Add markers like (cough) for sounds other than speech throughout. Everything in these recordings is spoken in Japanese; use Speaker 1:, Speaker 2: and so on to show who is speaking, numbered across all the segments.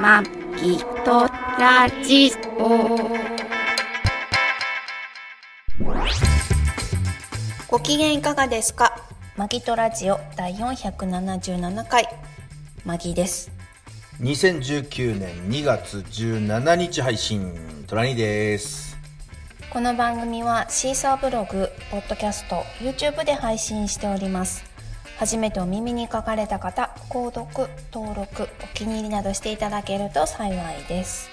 Speaker 1: まきとラジオ」
Speaker 2: ご機嫌いかがですかマギトラジオ第477回マギです
Speaker 3: 2019年2月17日配信トラニーです
Speaker 2: この番組はシーサーブログ、ポッドキャスト、YouTube で配信しております初めてお耳に書かれた方、購読、登録、お気に入りなどしていただけると幸いです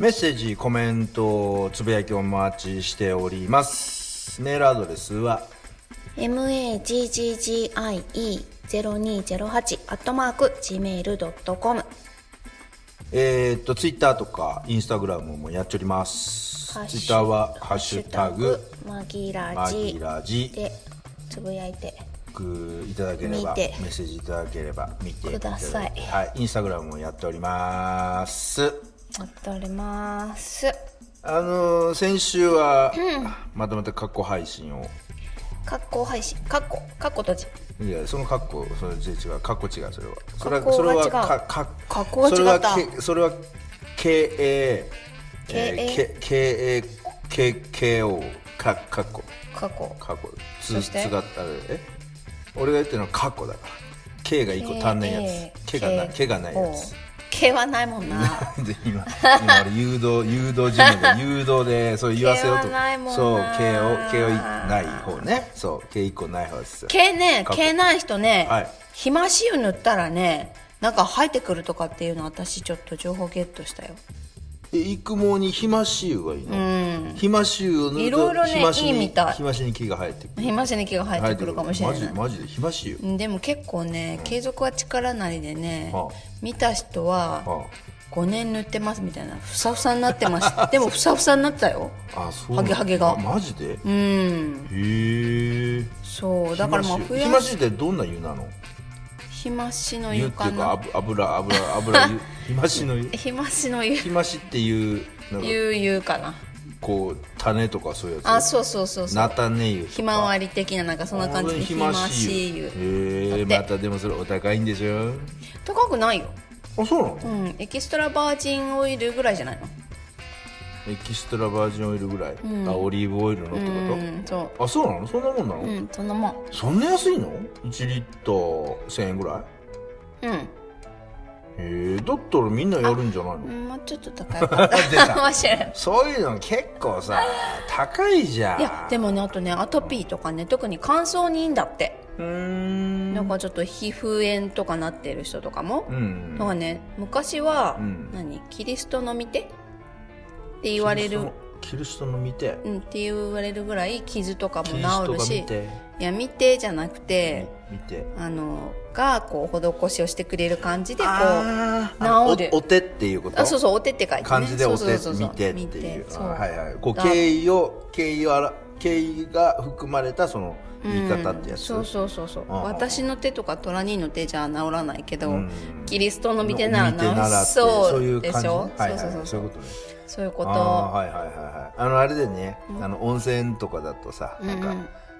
Speaker 3: メッセージコメントつぶやきお待ちしておりますメールアドレスは
Speaker 2: magggie0208 アットマーク gmail.com
Speaker 3: えー、っとツイッターとかインスタグラムもやっちょりますツイッターは「ハッシュタグ
Speaker 2: マギラ
Speaker 3: マ
Speaker 2: ジ
Speaker 3: ギラジ
Speaker 2: でつぶやいて」
Speaker 3: くいただけれ
Speaker 2: 見
Speaker 3: ば
Speaker 2: て
Speaker 3: メッセージいただければ見て
Speaker 2: ください
Speaker 3: ただけはいインスタグラムもやっております
Speaker 2: やっております
Speaker 3: あのー先週は、まとめた過去配信を
Speaker 2: 括弧配信括弧括弧閉じ
Speaker 3: いやそのカッコそれ違うカッコ違うそれはそ
Speaker 2: カ
Speaker 3: れ
Speaker 2: ッコが
Speaker 3: はそれ
Speaker 2: 違う
Speaker 3: はかか
Speaker 2: カッコが
Speaker 3: それ
Speaker 2: 違
Speaker 3: は
Speaker 2: った
Speaker 3: けそれは経営えーけ経営け経営かカッコ
Speaker 2: 括弧
Speaker 3: カッコ
Speaker 2: そ
Speaker 3: つ
Speaker 2: し
Speaker 3: つ
Speaker 2: て
Speaker 3: があれえ俺が言ってるのはカッコだから K が一個足んないやつ
Speaker 2: K
Speaker 3: 毛がない毛がないやつ
Speaker 2: K はないもんな
Speaker 3: (laughs) で今今俺誘導誘導事
Speaker 2: (laughs)
Speaker 3: 務で誘導でそう言わせようと
Speaker 2: 毛はないもんな
Speaker 3: そう毛を毛をいない方ねそう毛一個ない方ですよ
Speaker 2: K ね
Speaker 3: 過去
Speaker 2: K ない人ね、
Speaker 3: はい
Speaker 2: ひまし油塗ったらねなんか生えてくるとかっていうの私ちょっと情報ゲットしたよ
Speaker 3: え育毛にひまし油がいいのひまし油を塗
Speaker 2: い
Speaker 3: る
Speaker 2: ろいろ
Speaker 3: と
Speaker 2: ね
Speaker 3: ひまし
Speaker 2: いいみ
Speaker 3: に
Speaker 2: たい
Speaker 3: ひましに木が生えてくる
Speaker 2: ひましに毛が生えてくるかもしれな
Speaker 3: 生えてく
Speaker 2: い
Speaker 3: るマジマジでひまし油
Speaker 2: うんでも結構ね継続は力なりでね、
Speaker 3: はあ
Speaker 2: 見た人は
Speaker 3: あ
Speaker 2: 5年塗ってますみたいなふさふさになってました
Speaker 3: (laughs)
Speaker 2: でもふさふさになったよ
Speaker 3: ああそうなん
Speaker 2: ハゲハゲが
Speaker 3: あマジで
Speaker 2: うん
Speaker 3: へえ
Speaker 2: そうだからまあ増
Speaker 3: ひ
Speaker 2: や
Speaker 3: ま
Speaker 2: し
Speaker 3: しってどんな湯なの
Speaker 2: ひましの
Speaker 3: 湯
Speaker 2: 湯
Speaker 3: ってい
Speaker 2: か
Speaker 3: うか
Speaker 2: な
Speaker 3: 油油油油
Speaker 2: (laughs)
Speaker 3: 湯ひましの湯
Speaker 2: ひましの湯
Speaker 3: ひましっていうなんか
Speaker 2: 湯湯かな
Speaker 3: こう種とかそういうや
Speaker 2: あ
Speaker 3: つ
Speaker 2: そうそうそうそう
Speaker 3: 菜種湯とか
Speaker 2: ひまわり的ななんかそんな感じでひまし湯
Speaker 3: へ
Speaker 2: だ
Speaker 3: え
Speaker 2: って
Speaker 3: またでもそれお高いんでしょ
Speaker 2: 高くないよ
Speaker 3: あそうなの
Speaker 2: うんエキストラバージンオイルぐらいじゃないの
Speaker 3: エキストラバージンオイルぐらい、あオリーブオイルのって
Speaker 2: う
Speaker 3: こ
Speaker 2: んそ
Speaker 3: とあそうなのそんなもんなの、
Speaker 2: ううんそんなもん
Speaker 3: そんな安いの ?1 リットル1000円ぐらい
Speaker 2: うん
Speaker 3: えだったらみんなやるんじゃないの
Speaker 2: うんもうちょっと高いか
Speaker 3: (laughs)
Speaker 2: (laughs)
Speaker 3: 出
Speaker 2: った
Speaker 3: た
Speaker 2: かもしれない
Speaker 3: そういうの結構さ (laughs) 高いじゃん
Speaker 2: いやでもねあとねアトピーとかね特に乾燥にいいんだって
Speaker 3: うーん
Speaker 2: なんかちょっと皮膚炎とかなってる人とかも
Speaker 3: う、ん
Speaker 2: なんかね昔は、
Speaker 3: うん
Speaker 2: 何キリストの御手って言われる
Speaker 3: キリストの見て
Speaker 2: うん、って言われるぐらい傷とかも
Speaker 3: キリス
Speaker 2: 治
Speaker 3: ト
Speaker 2: る
Speaker 3: が
Speaker 2: し
Speaker 3: 見て
Speaker 2: いや見てじゃなくて
Speaker 3: 見て
Speaker 2: あのがこう施しをしてくれる感じでこう
Speaker 3: あ
Speaker 2: こう
Speaker 3: ーあの
Speaker 2: 治る
Speaker 3: おお手っていうこと
Speaker 2: あそうそうお手って書いてね
Speaker 3: 漢字でお
Speaker 2: そう
Speaker 3: 手
Speaker 2: そうそうそ
Speaker 3: 見てっ
Speaker 2: 見
Speaker 3: ていう
Speaker 2: そう
Speaker 3: あはいはいこう
Speaker 2: だ
Speaker 3: 敬意を敬意をあら敬意が含まれたその言い方ってやつ、
Speaker 2: そうそうそうそう
Speaker 3: ああ
Speaker 2: 私の手とかトラニーの手じゃ治らないけど、
Speaker 3: うん
Speaker 2: キリストの見てなら
Speaker 3: 見てなら
Speaker 2: 治
Speaker 3: って
Speaker 2: そ
Speaker 3: いうう
Speaker 2: で
Speaker 3: 感
Speaker 2: し
Speaker 3: じ
Speaker 2: ょ
Speaker 3: ねはいはい
Speaker 2: そうそ
Speaker 3: は
Speaker 2: う
Speaker 3: い
Speaker 2: そ
Speaker 3: そうういうことね
Speaker 2: そういうこ
Speaker 3: あ
Speaker 2: と
Speaker 3: あはいはいはいはいあのあれでねあの温泉とかだとさなんか、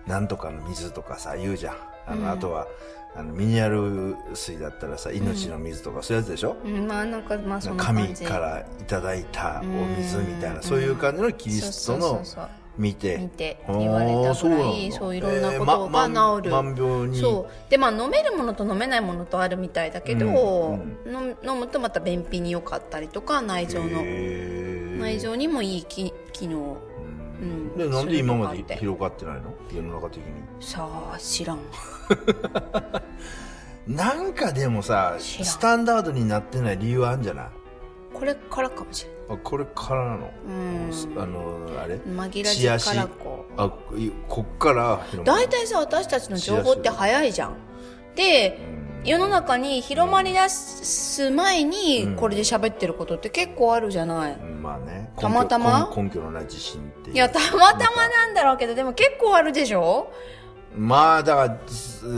Speaker 3: なんとかの水とかさ言うじゃんあの、あとはあのミネラル水だったらさ命の水とか、そういうやつでしょ
Speaker 2: うん、まあなんかまあそんな
Speaker 3: 神
Speaker 2: 感じ
Speaker 3: からいただいたお水みたいな、そういう感じのキリス
Speaker 2: そ
Speaker 3: ト
Speaker 2: うそ
Speaker 3: の
Speaker 2: うそうそう
Speaker 3: 見て
Speaker 2: 見て言われたぐらい
Speaker 3: あーなんだ
Speaker 2: そういろんなことが
Speaker 3: えーま
Speaker 2: 治る
Speaker 3: 万病に
Speaker 2: そうでまあ飲めるものと飲めないものとあるみたいだけど、
Speaker 3: うん
Speaker 2: の飲むとまた便秘に良かったりとか内臓の、
Speaker 3: へー
Speaker 2: 内臓にもいいき機能うん
Speaker 3: でなんで今ま
Speaker 2: そういうのがあって
Speaker 3: で広がってないの世の中的に
Speaker 2: さあ知らん
Speaker 3: なんかでもさ
Speaker 2: 知らん
Speaker 3: スタンダードになってない理由はあるんじゃない
Speaker 2: これからかもしれない
Speaker 3: あこれからなの
Speaker 2: ん
Speaker 3: すあのあれ
Speaker 2: 紛らじからこ
Speaker 3: あいこっから広まる
Speaker 2: 大体さ私たちの情報って早いじゃんで世の中に広まり出す前にこれで喋ってることって結構あるじゃない、
Speaker 3: うんまあね根
Speaker 2: た
Speaker 3: 拠
Speaker 2: またま
Speaker 3: 根根拠のない自信っていう
Speaker 2: いやたまたまなんだろうけどでも結構あるでしょ
Speaker 3: まあだか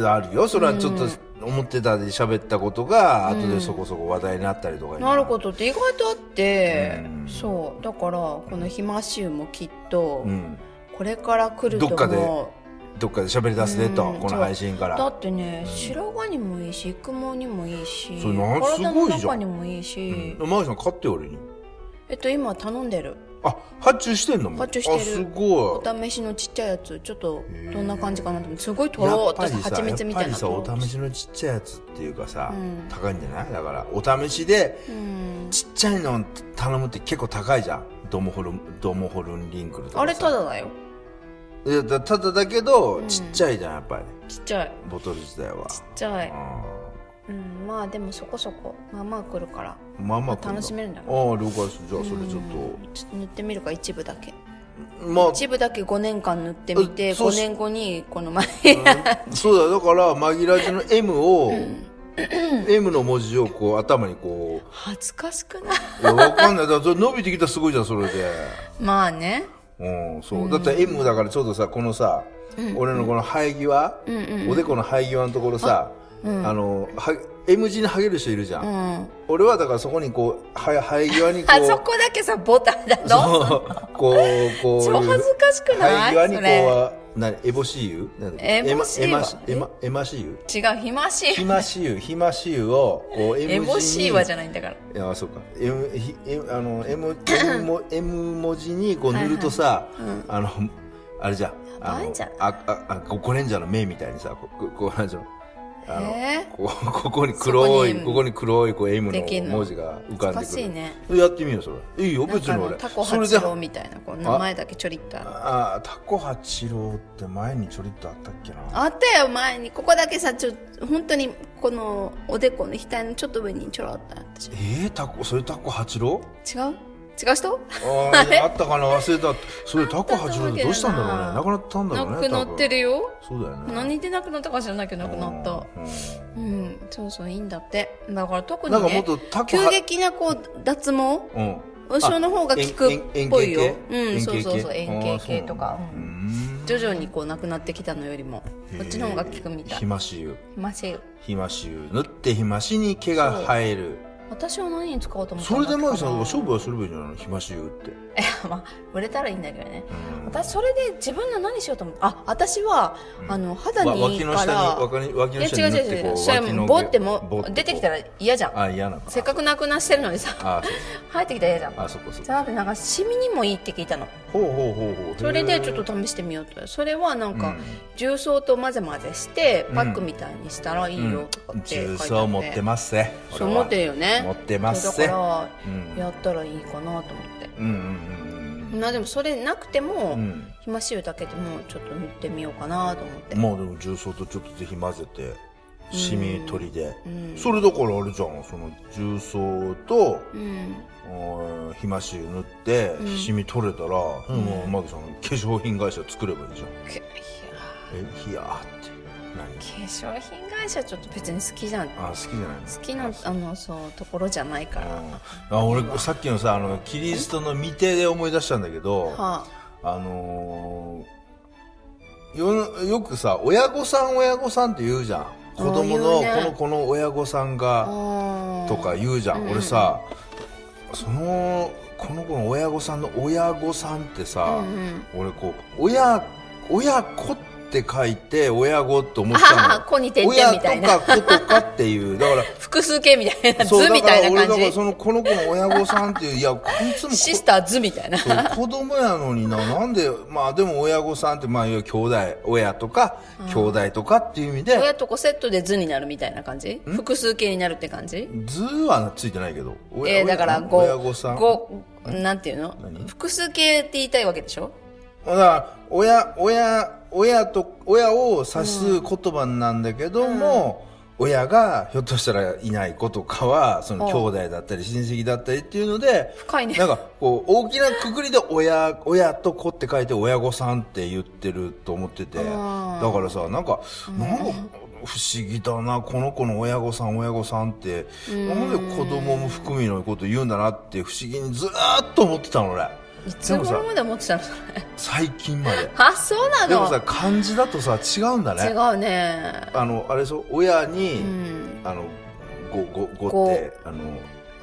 Speaker 3: らあるよそれはちょっと思ってたで喋ったことが後でそこそこ話題になったりとかに
Speaker 2: なることって意外とあって、
Speaker 3: うん
Speaker 2: そうだからこの「ひましゅう」もきっと、
Speaker 3: うん
Speaker 2: これから来ると
Speaker 3: どっかで
Speaker 2: も
Speaker 3: どっかで喋り出すでと、
Speaker 2: うん
Speaker 3: この配信か
Speaker 2: だ
Speaker 3: ら
Speaker 2: ってね白髪にもいいし育毛にもいいし
Speaker 3: それな
Speaker 2: 体
Speaker 3: す
Speaker 2: の
Speaker 3: ごいじゃん
Speaker 2: 中にもいいし、
Speaker 3: マギさん買ってよ俺に
Speaker 2: えっと今頼んでる
Speaker 3: あ発注してんのもう
Speaker 2: 発注してる
Speaker 3: あすご
Speaker 2: お試
Speaker 3: い
Speaker 2: しのちっちゃいやつちょっと
Speaker 3: へー
Speaker 2: どんな感じかなと思ってすごいと
Speaker 3: や
Speaker 2: ろー
Speaker 3: っ
Speaker 2: っ
Speaker 3: ぱ
Speaker 2: と
Speaker 3: り
Speaker 2: した
Speaker 3: さ
Speaker 2: 蜂
Speaker 3: や
Speaker 2: 蜜み
Speaker 3: ったぱ
Speaker 2: い
Speaker 3: り
Speaker 2: な
Speaker 3: さお試
Speaker 2: し
Speaker 3: しのちっちゃいやつっていうかさ、
Speaker 2: うん
Speaker 3: 高いんじゃないだからお試しで
Speaker 2: うん
Speaker 3: ちっちゃいの頼むって結構高いじゃんドモホルンドモホルンリンクルとかさ
Speaker 2: あれただだよ
Speaker 3: いやだただだけど、ちっちゃいじゃんやっぱり
Speaker 2: ちっちゃい
Speaker 3: ボトル自体は
Speaker 2: ちっちゃい
Speaker 3: あ
Speaker 2: うんまあでもそこそこまあまあ来るから
Speaker 3: ーまあまあ
Speaker 2: 楽しめるんだ
Speaker 3: ああー了解ですじゃあそれちょっ
Speaker 2: ちょっと塗ってみるか一部だけ
Speaker 3: と、まあ
Speaker 2: 一部だけ5年間塗ってみて
Speaker 3: えそう
Speaker 2: 5
Speaker 3: し
Speaker 2: 年後にこの前
Speaker 3: そうだよだから紛らわしの M を M の文字をこう頭にこう
Speaker 2: (laughs) 恥ずかしくない
Speaker 3: いやわかんないだからそれ伸びてきたらすごいじゃんそれで
Speaker 2: まあね
Speaker 3: うんそうだって M だからちょうどさこのさ、俺のこの生え際、おでこの生え際のところさあ,、のは M 字にハゲる人いるじゃん、
Speaker 2: うん
Speaker 3: 俺はだからそこにこうは生え際にこ
Speaker 2: あ
Speaker 3: う
Speaker 2: そこだけさボタンだろ
Speaker 3: そう (laughs) こうこう
Speaker 2: 超恥ずかしくない
Speaker 3: 生え際に
Speaker 2: そ
Speaker 3: こう何エボシーユなんだっけ
Speaker 2: エボシユ
Speaker 3: エマ
Speaker 2: は
Speaker 3: エマエマシユ
Speaker 2: 違うひまし
Speaker 3: ひましゆ、ひましゆを、こう、M 字に。
Speaker 2: エボシーはじゃ
Speaker 3: ない。
Speaker 2: ないんだから
Speaker 3: いや、そうか。M、ひ M あの、M、M も、M 文字に、こう、塗るとさ、あの、あれじゃん。あ
Speaker 2: ばい
Speaker 3: の
Speaker 2: んじゃん
Speaker 3: あ、あ、あ、ゴコレンジャーの目みたいにさ、こう、こう、なんじゃあの、
Speaker 2: え
Speaker 3: こう、 (laughs) ここに黒
Speaker 2: そこ
Speaker 3: い、
Speaker 2: に
Speaker 3: ここに黒い、こう、M
Speaker 2: できん
Speaker 3: の
Speaker 2: の
Speaker 3: 文字が浮かん
Speaker 2: 恥ず
Speaker 3: でく
Speaker 2: かしい
Speaker 3: る。
Speaker 2: ね
Speaker 3: やってみよう、それ。いいよ、
Speaker 2: なん
Speaker 3: 別
Speaker 2: かあ
Speaker 3: に
Speaker 2: の
Speaker 3: 俺。
Speaker 2: タコ
Speaker 3: それ
Speaker 2: 八
Speaker 3: で、
Speaker 2: 郎みたいなこう名前だけちょりった
Speaker 3: あ、タコ八郎って前にちょりっとあったっけな。
Speaker 2: あったよ前にここだけさちょ本当にこのおでこの額のちょっと上にちょろっとあったじ
Speaker 3: えー、タコ、それタコ八郎
Speaker 2: ゃん違う違う人
Speaker 3: あーあったかな忘れたそれタコ八郎でどうしたんだろうね
Speaker 2: あった
Speaker 3: な
Speaker 2: と
Speaker 3: くなったんだろうね
Speaker 2: なくなってるよ
Speaker 3: 多分そうだよね
Speaker 2: 何でなくなったか知らないけどなくなった
Speaker 3: うん
Speaker 2: うんそうそういいんだってだから特
Speaker 3: な
Speaker 2: に
Speaker 3: んかも
Speaker 2: ね
Speaker 3: っとタコ
Speaker 2: 急
Speaker 3: は
Speaker 2: 激なこう脱毛
Speaker 3: うん
Speaker 2: 後ろの方が効くっぽいよ
Speaker 3: 円形系
Speaker 2: うんそうそうそう
Speaker 3: 円
Speaker 2: 円
Speaker 3: 形系
Speaker 2: 形系とか
Speaker 3: あーそううなんん
Speaker 2: 徐々にこうなくなってきたのよりもこっちの方が効くみた
Speaker 3: ひ
Speaker 2: い
Speaker 3: ましゆ
Speaker 2: マシよ
Speaker 3: ひましゆ塗ってひましに毛が生える
Speaker 2: 私は何に使おうと思った
Speaker 3: それでマギさん
Speaker 2: 勝
Speaker 3: 勝
Speaker 2: 負
Speaker 3: 負はすればいいんじゃないのひましゆって
Speaker 2: いや (laughs) まあ売れたらいいんだけどね
Speaker 3: うん
Speaker 2: 私それで自分の何しようと思ってあ私は、あの肌
Speaker 3: わ
Speaker 2: にいいか
Speaker 3: 脇の下
Speaker 2: ら
Speaker 3: に脇に脇
Speaker 2: い
Speaker 3: の
Speaker 2: や
Speaker 3: 下
Speaker 2: 違う
Speaker 3: に塗って
Speaker 2: 違う違
Speaker 3: こ
Speaker 2: う
Speaker 3: う
Speaker 2: それ
Speaker 3: 脇の
Speaker 2: ボって
Speaker 3: ボ
Speaker 2: も
Speaker 3: ッてこう
Speaker 2: 出てきたら嫌じゃん
Speaker 3: あ嫌なのか
Speaker 2: せっかくなくなしてるのにさ (laughs)
Speaker 3: あそう
Speaker 2: 生えてきたら嫌じゃん
Speaker 3: あそこそ
Speaker 2: じ
Speaker 3: こ
Speaker 2: ゃなくてなんかシミにもいいって聞いたの
Speaker 3: ほうほうほうほう
Speaker 2: それでちょ
Speaker 3: と
Speaker 2: っと試してみようとそれはなん
Speaker 3: う
Speaker 2: か
Speaker 3: ん
Speaker 2: 重曹と混ぜ混ぜして
Speaker 3: うん
Speaker 2: パックみたいにしたらいいよとかって書いてあって、
Speaker 3: 重曹持ってますせ
Speaker 2: そう思ってるよね
Speaker 3: 持ってます
Speaker 2: そう
Speaker 3: せ
Speaker 2: だか
Speaker 3: うん
Speaker 2: らやったらいいかなと思って、
Speaker 3: うんうん
Speaker 2: まあでもそれなくても、
Speaker 3: うんうん
Speaker 2: ひまし油だけでもちょっと塗ってみようかなと思って
Speaker 3: うんまあでも重曹とちょっとぜひ混ぜてシミ取りで
Speaker 2: うん
Speaker 3: それだからあれじゃんその重曹と
Speaker 2: うん
Speaker 3: うんひまし塗って
Speaker 2: うん
Speaker 3: シミ取れたらもうマギさん化粧品会社作ればいいじゃん
Speaker 2: くいや
Speaker 3: えいやーって何
Speaker 2: 化粧品会社ちょっと別に好きじゃん好
Speaker 3: あ好きじゃないの
Speaker 2: きなあのそうところじゃないから
Speaker 3: あ俺さっきのさあのキリストの未定で思い出したんだけど
Speaker 2: は
Speaker 3: あのーよよくさ親御さん親御さんって言うじゃん子供
Speaker 2: あ
Speaker 3: の、
Speaker 2: 言うね
Speaker 3: この子の親御さん
Speaker 2: あ
Speaker 3: が
Speaker 2: あー
Speaker 3: とか言うじゃん、
Speaker 2: うん
Speaker 3: 俺さそのこの子の親御さんの親御さんってさ、
Speaker 2: うんうん
Speaker 3: 俺こう親親子って書いて親子って思って
Speaker 2: あ
Speaker 3: た
Speaker 2: あ
Speaker 3: の
Speaker 2: 子に点々
Speaker 3: 親
Speaker 2: み
Speaker 3: と
Speaker 2: たいな
Speaker 3: か子とかっていうだから
Speaker 2: 複数形みたいな
Speaker 3: そ
Speaker 2: (laughs)
Speaker 3: う
Speaker 2: 図
Speaker 3: だ
Speaker 2: み
Speaker 3: から
Speaker 2: たい
Speaker 3: 俺
Speaker 2: な
Speaker 3: だ
Speaker 2: 感
Speaker 3: から
Speaker 2: じ
Speaker 3: そのこの子の親御さんっていういやこいつもこ
Speaker 2: シスター図みたいな
Speaker 3: そう (laughs) 子供やのにな、なんで、まあでも親御さんって、まあ、要は兄弟、親とか、兄弟とかっていう意味で、
Speaker 2: 親と子セットで図になるみたいな感じ複数形になるって感じ
Speaker 3: 図はついてないけど、親
Speaker 2: えー、だから
Speaker 3: 親
Speaker 2: 五
Speaker 3: 親御さん。
Speaker 2: 五なんていうの複数形って言いたいわけでしょ
Speaker 3: だから、親、親、親と、親を指す言葉なんだけども、親がひょっとしたらいない子とかは、その兄弟だったり親戚だったりっていうので、
Speaker 2: 深いね
Speaker 3: なんか、こう、大きなくくりで親、親と子って書いて親御さんって言ってると思ってて、だ
Speaker 2: あー
Speaker 3: からさ、なんか、なんか、不思議だな、この子の親御さん、親御さんって、なんで子供も含みのこと言うんだなって不思議にずーっと思ってたの、俺。
Speaker 2: いつ頃まで思ってたの (laughs) それ
Speaker 3: 最近まで。
Speaker 2: あそうな
Speaker 3: でもさ、
Speaker 2: の
Speaker 3: 漢字だとさ、違うんだね。
Speaker 2: 違うね
Speaker 3: あの、あれそう、親に、
Speaker 2: うん
Speaker 3: あの、ご、ご、
Speaker 2: ご
Speaker 3: ごって、あの、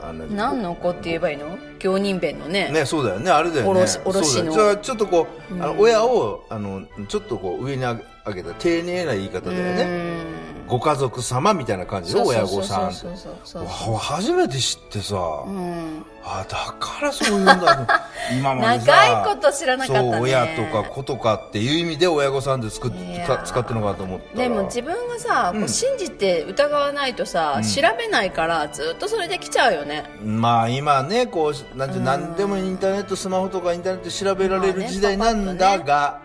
Speaker 3: あの
Speaker 2: 何の子って言えばいいの行人弁のね
Speaker 3: ね、そうだよね、あれだよね。
Speaker 2: おろしおろしの
Speaker 3: そうだよだからちょっとこう、あの親を、あの、ちょっとこう、上に上げ上げた丁寧な言い方だよね。
Speaker 2: うん
Speaker 3: ご家族様みたいな感じの
Speaker 2: そう
Speaker 3: 親
Speaker 2: そう
Speaker 3: 御さんって
Speaker 2: そうそうそうそう
Speaker 3: わ初めて知ってさ、
Speaker 2: うん
Speaker 3: あ、だからそういう
Speaker 2: (laughs)
Speaker 3: んだ。今までさ。
Speaker 2: 長いこと知らなかったね
Speaker 3: そう、親とか子とかっていう意味で親御さんで作っ
Speaker 2: いや
Speaker 3: 使
Speaker 2: ー
Speaker 3: 使ってるのかなと思ったら。
Speaker 2: でも自分がさ、こう信じて疑わないとさ、調べないからずっとそれで来ちゃうよね
Speaker 3: まあ今ねこうなんていう何でもインターネットスマホとかインターネットで調べられる時代なんだが、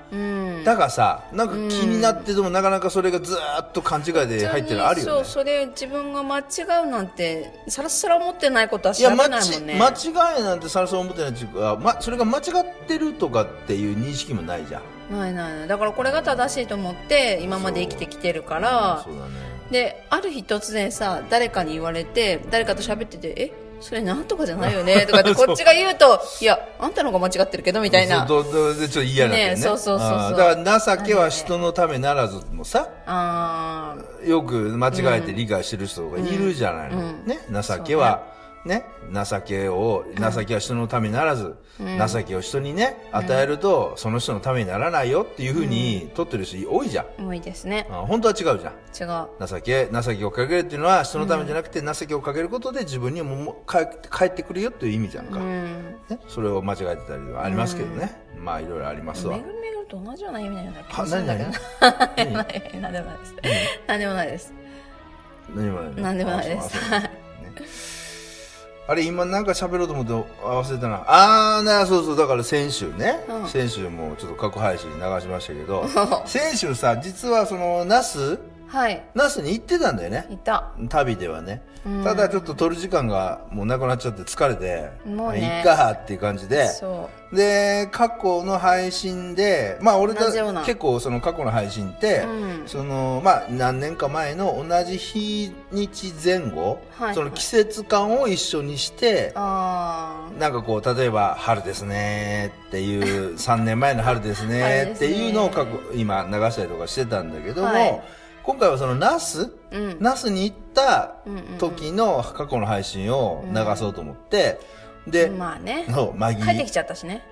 Speaker 3: だがさなんか気になってでもなかなかそれがずーっと勘違いで入ってるのある
Speaker 2: そ
Speaker 3: よ
Speaker 2: う
Speaker 3: ね
Speaker 2: それ自分が間違うなんてさらさら思ってないことはい調
Speaker 3: や
Speaker 2: べ
Speaker 3: 間
Speaker 2: ない
Speaker 3: ち
Speaker 2: もんね
Speaker 3: 間違いなんてさらそう思ってないっていうか、ま、それが間違ってるとかっていう認識もないじゃん
Speaker 2: ないないないだからこれが正しいと思って今まで生きてきてるから
Speaker 3: そうだね
Speaker 2: である日突然さ誰かに言われて誰かと喋ってて「えそれなんとかじゃないよ
Speaker 3: (laughs)
Speaker 2: ね」とかってこっちが言うと「いやあんたの方が間違ってるけど」みたいな
Speaker 3: そうどうどうでちょっと嫌なんだよね
Speaker 2: ねそうそうそうそう
Speaker 3: あーだから情けは人のためならずもさ
Speaker 2: あー
Speaker 3: よく間違えて理解してる人がいるじゃないの、ね情けはね情けを情けは人のためにならず、情けを人にね与えると、その人のためにならないよっていうふうに取ってる人多いじゃん、
Speaker 2: もういいですね
Speaker 3: あ本当は違うじゃん
Speaker 2: 違う
Speaker 3: 情け情けをかけるっていうのは人のためじゃなくて、情けをかけることで自分にもも返って返ってくるよっていう意味じゃんか、
Speaker 2: うん
Speaker 3: ね、それを間違えてたりはありますけどね、まあいろいろありますわ
Speaker 2: めぐるめぐると同じような意味なような気
Speaker 3: は
Speaker 2: がするん
Speaker 3: 何
Speaker 2: だ (laughs)
Speaker 3: 何
Speaker 2: けど
Speaker 3: 何何
Speaker 2: 何でもないです何でもないです
Speaker 3: 何もないね
Speaker 2: 何でもないです
Speaker 3: あそうあそうねあれ今なんか喋ろうと思ってあ忘れたなああなそうそうだから先週ね、
Speaker 2: うん
Speaker 3: 先週もちょっと過去配信流しましたけ
Speaker 2: (laughs)
Speaker 3: ど先週さ実はその那須
Speaker 2: (laughs) はい
Speaker 3: 那須に行ってたんだよね
Speaker 2: いた
Speaker 3: 旅ではね、ただちょっと撮る時間がもうなくなっちゃって疲れて
Speaker 2: もうね
Speaker 3: まあいっかっていう感じで
Speaker 2: そ
Speaker 3: で過去の配信でまあ俺た
Speaker 2: 同じような
Speaker 3: 結構その過去の配信って、
Speaker 2: うん
Speaker 3: そのまあ何年か前の同じ日にち前後、
Speaker 2: はい
Speaker 3: その季節感を一緒にして
Speaker 2: うあ
Speaker 3: なんかこう例えば春ですねっていう
Speaker 2: (laughs)
Speaker 3: 3年前の春ですねっていうのを過去今流したりとかしてたんだけども、
Speaker 2: はい
Speaker 3: 今回はその那須
Speaker 2: あうん
Speaker 3: 那須に行った時の過去の配信を流そうと思って、で、
Speaker 2: まあね
Speaker 3: そう紛
Speaker 2: 帰って
Speaker 3: れ
Speaker 2: きちゃったしね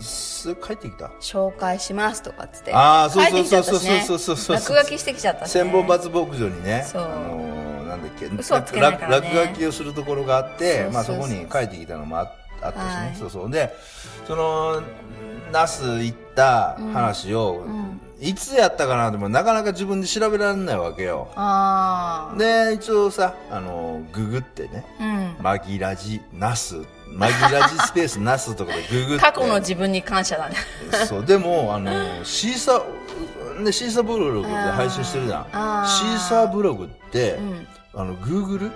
Speaker 3: す帰ってきた
Speaker 2: 紹介しますとかっつって
Speaker 3: あーそう
Speaker 2: 帰ってきちゃったしね
Speaker 3: そうそうそうそうそうそう
Speaker 2: 落書きしてきちゃったしね
Speaker 3: 千本松牧場にね、あ
Speaker 2: そう
Speaker 3: のーなんだっけ
Speaker 2: 嘘はつけないからね
Speaker 3: 落落書きをするところがあって
Speaker 2: そうそうそう
Speaker 3: まあそこに書いてきたのもああったしね、
Speaker 2: はい
Speaker 3: そうそうでその那須行った話を、いつやったかなでもなかなか自分で調べられないわけよ
Speaker 2: あ
Speaker 3: で一応さあのーググってね
Speaker 2: あうん
Speaker 3: 紛らじナス紛らじスペースナスとかでググって
Speaker 2: (laughs) 過去の自分に感謝だね
Speaker 3: そうでもあのシーサー、ね、シーサーブログで配信してるじゃん
Speaker 2: あー
Speaker 3: シーサーブログって、
Speaker 2: ん
Speaker 3: あの Google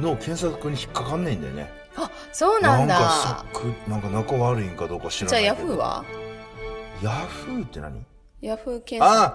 Speaker 3: の検索に引っかかんないんだよね、
Speaker 2: あそうなんだ
Speaker 3: かさくなんか仲悪いんかどうか知ら
Speaker 2: じゃ
Speaker 3: な
Speaker 2: あ
Speaker 3: いけ
Speaker 2: ヤフ
Speaker 3: ど
Speaker 2: ーは
Speaker 3: ヤフーって何
Speaker 4: ヤフー検索
Speaker 3: あー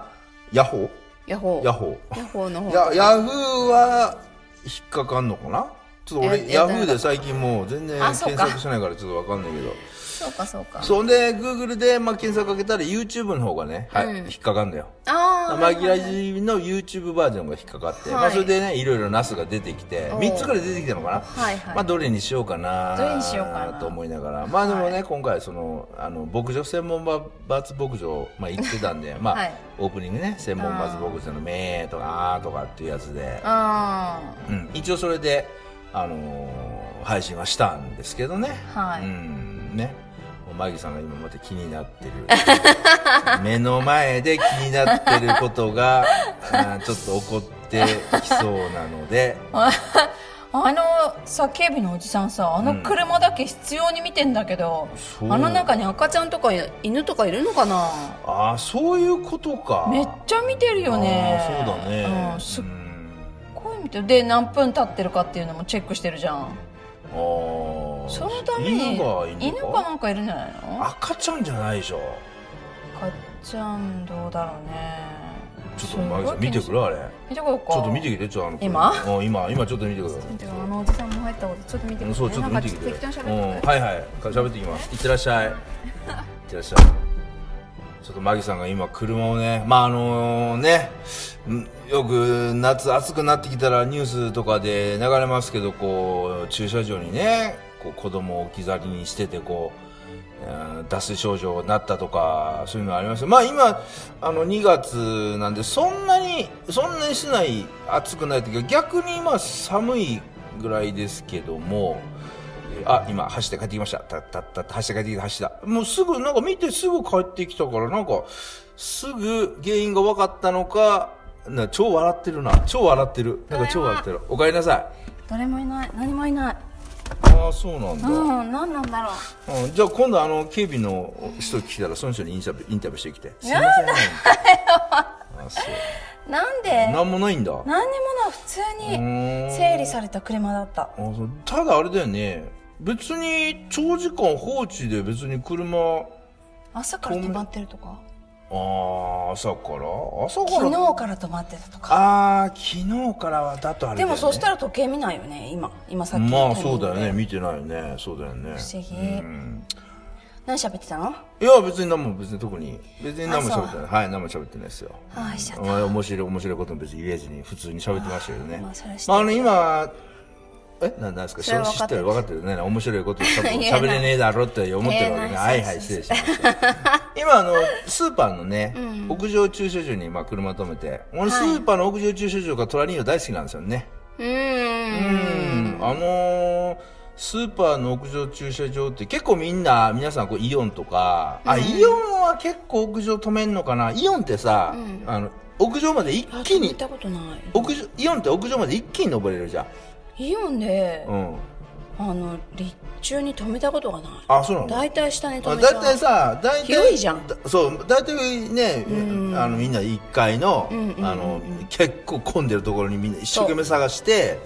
Speaker 3: ヤホ
Speaker 2: ヤホ
Speaker 3: ー
Speaker 2: ー
Speaker 3: ヤホ
Speaker 4: ヤフーの
Speaker 3: ー
Speaker 4: 方
Speaker 3: やヤフーは引っかかんのかなちょっと俺
Speaker 2: え
Speaker 3: ヤフーで最近もう全然
Speaker 2: あそう
Speaker 3: 検
Speaker 2: か
Speaker 3: 索してないからちょっとわかんないけど
Speaker 2: そうかそうか
Speaker 3: そんで Google で、まあ、検索かけたら YouTube の方がね、はい引っかかんだよ
Speaker 2: ああ
Speaker 3: 紛らじの YouTube バージョンが引っかかって、
Speaker 2: はい
Speaker 3: まあ、それでねいろいろナスが出てきて
Speaker 2: おう
Speaker 3: 3つからい出てきたのかな、
Speaker 2: はいはい
Speaker 3: まあ、どれにしようかな
Speaker 2: どれにしようかな
Speaker 3: と思いながらまあでもね、今回そのあの牧場専門バ罰牧場、まあ、行ってたんで、まあ
Speaker 2: はい
Speaker 3: オープニングね専門罰牧場の「め」とか「あ」とかっていうやつで、
Speaker 2: あ
Speaker 3: うん、一応それで、あのー配信はしたんですけどね、
Speaker 2: はい
Speaker 3: うんねもうマギさんが今また気に
Speaker 2: (laughs)
Speaker 3: なってる目の前で気になってることがあーちょっと起こってきそうなので
Speaker 2: (laughs) あの叫びのおじさんさあの車だけ必要に見てんだけど、
Speaker 3: そう
Speaker 2: あの中に赤ちゃんとか犬とかいるのかな
Speaker 3: ああそういうことか
Speaker 2: めっちゃ見てるよね
Speaker 3: あーそうだね、
Speaker 2: うん、すっ
Speaker 3: うん
Speaker 2: ごい見てるで何分経ってるかっていうのもチェックしてるじゃん
Speaker 3: あー
Speaker 2: そのために
Speaker 3: 犬がいる
Speaker 2: 犬
Speaker 3: の
Speaker 2: か
Speaker 3: か
Speaker 2: なんかいるんじゃないの
Speaker 3: 赤ちゃんじゃないでしょ
Speaker 2: 赤ちゃんどうだろうね
Speaker 3: ちょっとマギさん見てく
Speaker 2: れ
Speaker 3: れあれ
Speaker 2: 見てこようか
Speaker 3: ちょっと見てきてちょっとあの
Speaker 2: 今
Speaker 3: うん今今ちょっと見てく
Speaker 2: (laughs)
Speaker 3: ださい
Speaker 2: 見てあのおじさんも入ったことちょっと見てくれ
Speaker 3: そうちょっと見てきて。
Speaker 2: なんか適当に喋って
Speaker 3: う
Speaker 2: くれ (laughs)
Speaker 3: んはいはい。喋ってきます。いってらっしゃい。いってらっしゃい。ちょっとマギさんが今車をね、まああのね、うんよく夏暑くなってきたらニュースとかで流れますけど、こう、駐車場にね、こう子供を置き去りにしてて、こう、うん脱水症状になったとか、そういうのありますまあ今、あの2月なんで、そんなに、そんなにしない、暑くないというか、逆に今寒いぐらいですけども、えーあ、今、走って帰ってきました。たったったった、走って帰ってきた、走った。もうすぐ、なんか見てすぐ帰ってきたから、なんか、すぐ原因が分かったのか、な超笑ってるな。超笑ってる。なんか超笑ってる。おかえりなさい。
Speaker 4: 誰もいない何もいない
Speaker 3: ああ、そうなんだ。うん
Speaker 4: うん何なんだろう
Speaker 3: じゃあ今度、あの、警備の人来たら、その人にインタビューインタビューしてきて。すいません。あそう
Speaker 5: なんで
Speaker 3: なんもないんだ。う
Speaker 5: 何にもない普通
Speaker 3: ー
Speaker 5: に
Speaker 3: ん
Speaker 5: 整理された車だった
Speaker 3: あそうただあれだよね。別に長時間放置で別に車、
Speaker 5: 朝から止まってるとか
Speaker 3: ああ、朝から朝か
Speaker 5: 昨
Speaker 3: ら
Speaker 5: 日から止まってたとか
Speaker 3: ああ、昨日からはだとあれだ
Speaker 5: で
Speaker 3: よ、ね。
Speaker 5: もそしたら時計見ないよね今今さっきの
Speaker 3: まあ
Speaker 5: タイミ
Speaker 3: そ
Speaker 5: ン
Speaker 3: う
Speaker 5: グ
Speaker 3: だ
Speaker 5: で
Speaker 3: よね。見てないよね。そうだよね。
Speaker 5: 不思議
Speaker 3: うん
Speaker 5: 何喋ってたの
Speaker 3: いや、別に何も、別に特に。別に何も喋ってない。はい、何も喋ってないですよ。
Speaker 5: ああしちゃった
Speaker 3: まあ面白い、面白いことも別に言えずに、普通に喋ってましたけどね。
Speaker 5: まあそれは知ってる
Speaker 3: まあ、あの、今、えななんですか
Speaker 5: それは
Speaker 3: 知ってる
Speaker 5: 分
Speaker 3: 分かってるね。面白いこと多分
Speaker 5: (laughs) 言えない
Speaker 3: 喋れねえだろって思ってる
Speaker 5: 言え
Speaker 3: わけね。
Speaker 5: ない
Speaker 3: はいはい、失礼しました。今、あの、スーパーのね、屋上駐車場に今車止めて、俺、スーパーの屋上駐車場がトラリーノ大好きなんですよね。
Speaker 2: うーん
Speaker 3: うんあのースーパーの屋上駐車場って結構みんな、皆さんこうイオンとか、あ、イオンは結構屋上止めんのかなイオンってさ、あの、屋上まで一
Speaker 2: 行
Speaker 3: 気に
Speaker 2: っ、たことない
Speaker 3: 屋上、イオンって屋上まで一気に登れるじゃん。
Speaker 2: イオンで
Speaker 3: うん。
Speaker 2: あの立中に止めたことがない
Speaker 3: あ、そうなの
Speaker 2: 大体下に止
Speaker 3: あ
Speaker 2: めた
Speaker 3: だいたいさ、だいたい。
Speaker 2: 広いじゃん
Speaker 3: だそう、だいたいね、あの、みんな1階の、あの、結構混んでるところにみんな一生懸命探して、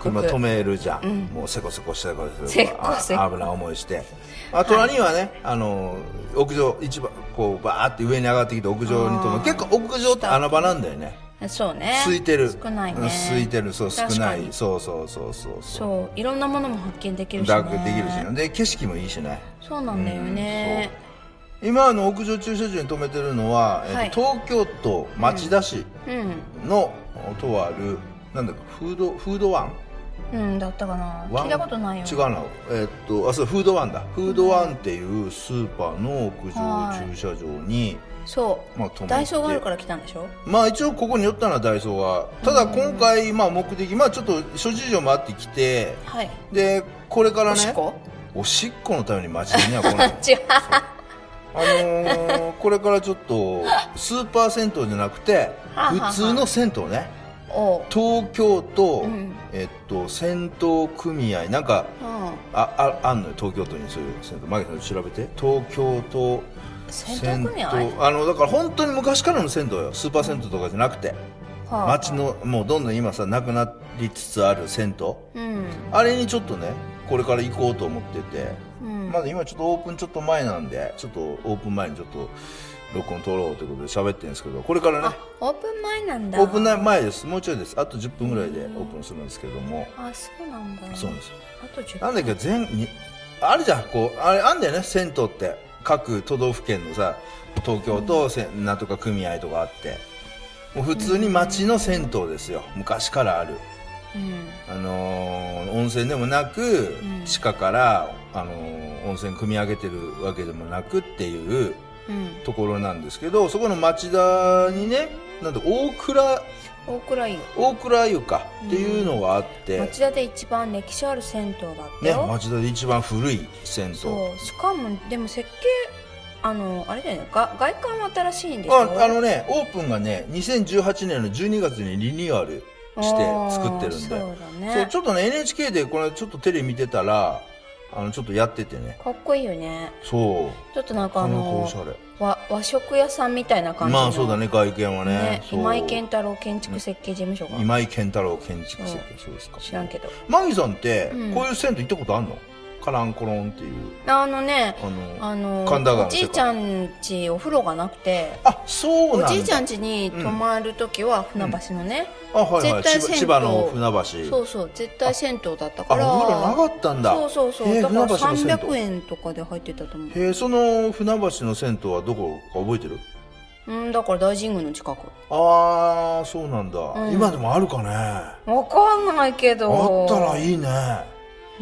Speaker 3: 車止めるじゃん。もうせこせこしてこ
Speaker 2: せこせこ
Speaker 3: あ危ない思いして。あ、隣にはね、あの、屋上、一番、こう、バーって上に上がってきて屋上に止める。結構屋上って穴場なんだよね。
Speaker 2: そうね
Speaker 3: 空いてる。
Speaker 2: 少ないね
Speaker 3: うん空いてる、そう、少
Speaker 2: 確
Speaker 3: な
Speaker 2: か
Speaker 3: い。
Speaker 2: に
Speaker 3: そうそうそうそう。そう
Speaker 2: そういろんなものも発見できるし
Speaker 3: 楽
Speaker 2: ね
Speaker 3: できるしね。で、景色もいいしね。
Speaker 2: そうなんだよね
Speaker 3: 今あの屋上駐車場に止めてるのは、えっと東京都町田市
Speaker 2: うん
Speaker 3: の、とあるなんだかフードフードワン
Speaker 2: うんだったかな
Speaker 3: ワン
Speaker 2: 聞いたことないよ
Speaker 3: 違うなえっとあそうフードワンだフードワンっていうスーパーの屋上駐車場に、
Speaker 2: そ
Speaker 3: まあ止めて
Speaker 2: うダイソーがあるから来たんでしょ
Speaker 3: まあ一応ここに寄ったのはダイソーがただ今回まあ目的まあちょっと諸事情もあってきて
Speaker 2: はい
Speaker 3: でこれから
Speaker 2: お
Speaker 3: ね
Speaker 2: しっこ
Speaker 3: おしっこのために町田には来ない
Speaker 2: 違う
Speaker 3: あのーこれからちょっとスーパー銭湯じゃなくて
Speaker 2: はあはあ
Speaker 3: 普通の銭湯ね
Speaker 2: おう
Speaker 3: 東京都、
Speaker 2: うん
Speaker 3: えっと銭湯組合なんか
Speaker 2: う
Speaker 3: あああんのよ東京都にそういう銭湯マギさん調べて東京都
Speaker 2: ん洗濯組合
Speaker 3: あのだから本当に昔からの銭湯よスーパー銭湯とかじゃなくて
Speaker 2: はあ
Speaker 3: 町のもうどんどん今さなくなりつつある銭湯
Speaker 2: うん
Speaker 3: あれにちょっとねこれから行こうと思ってて
Speaker 2: うん
Speaker 3: まだ今ちょっとオープンちょっと前なんで、ちょっとオープン前にちょっと録音撮ろうということで喋ってるんですけど、これからね、
Speaker 2: オープン前なんだ
Speaker 3: オープン前です。もうちょいです。あと10分ぐらいでオープンするんですけども。
Speaker 2: あそうなんだ
Speaker 3: そうなんです。
Speaker 2: あと10
Speaker 3: なんだっけ、全、に、あるじゃん、こう、あれ、あんだよね、銭湯って。各都道府県のさ、東京とせ、なんとか組合とかあって。もう普通に町の銭湯ですよ。昔からある。
Speaker 2: うん
Speaker 3: あのー温泉でもなく、地下から、あのー温泉汲み上げてるわけでもなくっていう
Speaker 2: うん
Speaker 3: ところなんですけど、そこの町田にね、なんと大倉、
Speaker 2: 大倉湯
Speaker 3: 大倉湯かっていうのがあって、
Speaker 2: 町田で一番歴史ある銭湯だった
Speaker 3: ね、
Speaker 2: よ、
Speaker 3: 町田で一番古い銭湯。
Speaker 2: そうしかもでも設計あのあれだよねが外観は新しいんでしょ
Speaker 3: ああのね、オープンがね、2018年の12月にリニューアルして作ってるんで、
Speaker 2: あーそうだ
Speaker 3: そう
Speaker 2: ね
Speaker 3: ちょっとね、NHK でこれちょっとテレビ見てたら、あの、ちょっとやっててね、
Speaker 2: かっこいいよね
Speaker 3: そう、
Speaker 2: ちょっとなんか
Speaker 3: な
Speaker 2: あ
Speaker 3: かなかお
Speaker 2: の
Speaker 3: しゃれ。
Speaker 2: 和和食屋さんみたいな感じの
Speaker 3: まあそうだね外見はね
Speaker 2: ね
Speaker 3: そう
Speaker 2: 今井健太郎建築設計事務所が
Speaker 3: 今井健太郎建築設計そうですか
Speaker 2: 知らんけど
Speaker 3: マギさんって
Speaker 2: うん
Speaker 3: こういう銭湯行ったことあんの、カランコロンっていう
Speaker 2: あのね
Speaker 3: あの
Speaker 2: あの
Speaker 3: 神田川
Speaker 2: お
Speaker 3: の世界
Speaker 2: じいちゃんちお風呂がなくて
Speaker 3: あそう
Speaker 2: お
Speaker 3: なんだ
Speaker 2: じいちゃん家に泊まる時は船橋のね、
Speaker 3: あはいは
Speaker 2: 絶
Speaker 3: い
Speaker 2: 対
Speaker 3: 千葉
Speaker 2: 銭湯
Speaker 3: 千葉の船橋
Speaker 2: そうそう絶対銭湯だったか
Speaker 3: あお風
Speaker 2: ら
Speaker 3: 呂なかったんだ
Speaker 2: そうそうそ
Speaker 3: へ
Speaker 2: う
Speaker 3: え
Speaker 2: だから
Speaker 3: 船橋の
Speaker 2: 300
Speaker 3: 銭
Speaker 2: 円とかで入ってたと思う
Speaker 3: 湯へえその船橋の銭湯はどこか覚えてる
Speaker 2: うんだから大神宮の近く
Speaker 3: ああそうなんだ、
Speaker 2: ん
Speaker 3: 今でもあるかねあ
Speaker 2: わかんないけど
Speaker 3: ったらいいね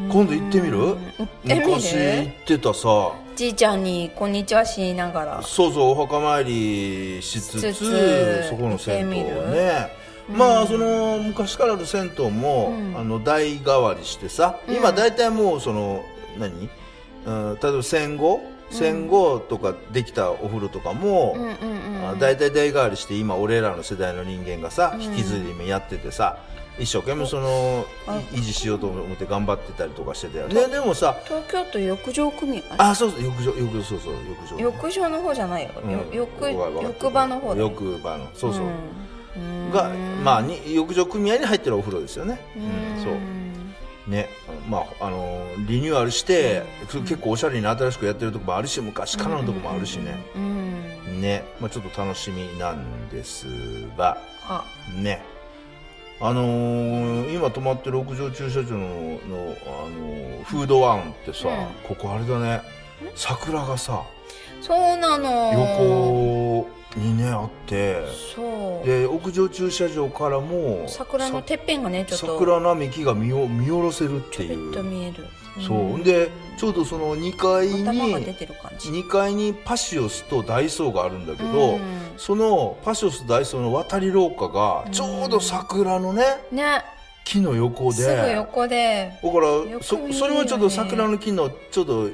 Speaker 3: 今度行ってみる
Speaker 2: 行ってみ
Speaker 3: 昔行
Speaker 2: る
Speaker 3: ってたさ
Speaker 2: じいちゃんに「こんにちは」しながら
Speaker 3: そうそうお墓参りしつつ
Speaker 2: しつつ
Speaker 3: そこの銭湯
Speaker 2: 行ってみる
Speaker 3: ね、まあその昔からある銭湯も、
Speaker 2: うん
Speaker 3: あの代替わりしてさ今大体もうその何、うん、例えば戦後戦後とかできたお風呂とかも、
Speaker 2: うんうん
Speaker 3: あ大体代替わりして今俺らの世代の人間がさ引きずり目やっててさ一生懸命そのい維持しようと思って頑張ってたりとかしてたよねでもさ
Speaker 2: 東京都浴場組合
Speaker 3: あそうそう浴場浴場そうそう浴場ね、
Speaker 2: 浴場の方じゃないよ、
Speaker 3: うん
Speaker 2: よ浴
Speaker 3: ここは
Speaker 2: 浴場の方だよ
Speaker 3: 浴場のそうそう、
Speaker 2: うん
Speaker 3: が
Speaker 2: うん
Speaker 3: まあに浴場組合に入ってるお風呂ですよねうんそうねまああのリニューアルして、結構おしゃれに新しくやってるとこもあるし昔からのとこもあるしね、
Speaker 2: うん
Speaker 3: ね、まあ、ちょっと楽しみなんですが
Speaker 2: あ
Speaker 3: ねあのー今泊まってる屋上駐車場のの、あのーフードワンってさ、ここあれだね桜がさ
Speaker 2: そうなの
Speaker 3: 横にねあって
Speaker 2: そう
Speaker 3: で屋上駐車場からも
Speaker 2: 桜の
Speaker 3: さ
Speaker 2: てっぺんがねちょっと
Speaker 3: 桜並木が見お見下ろせるって
Speaker 2: ちょ
Speaker 3: い
Speaker 2: っと
Speaker 3: う
Speaker 2: 見える、
Speaker 3: そうでちょうどその2階
Speaker 2: 頭が出
Speaker 3: に
Speaker 2: てる感じ
Speaker 3: 2階にパシオスとダイソーがあるんだけ
Speaker 2: う
Speaker 3: ど、
Speaker 2: ん
Speaker 3: そのパシオスとダイソーの渡り廊下がちょうど桜のね
Speaker 2: ね
Speaker 3: 木の横です
Speaker 2: ぐ横で
Speaker 3: だから
Speaker 2: よく
Speaker 3: そ
Speaker 2: 見えるよね
Speaker 3: それはちょっと桜の木のちょっと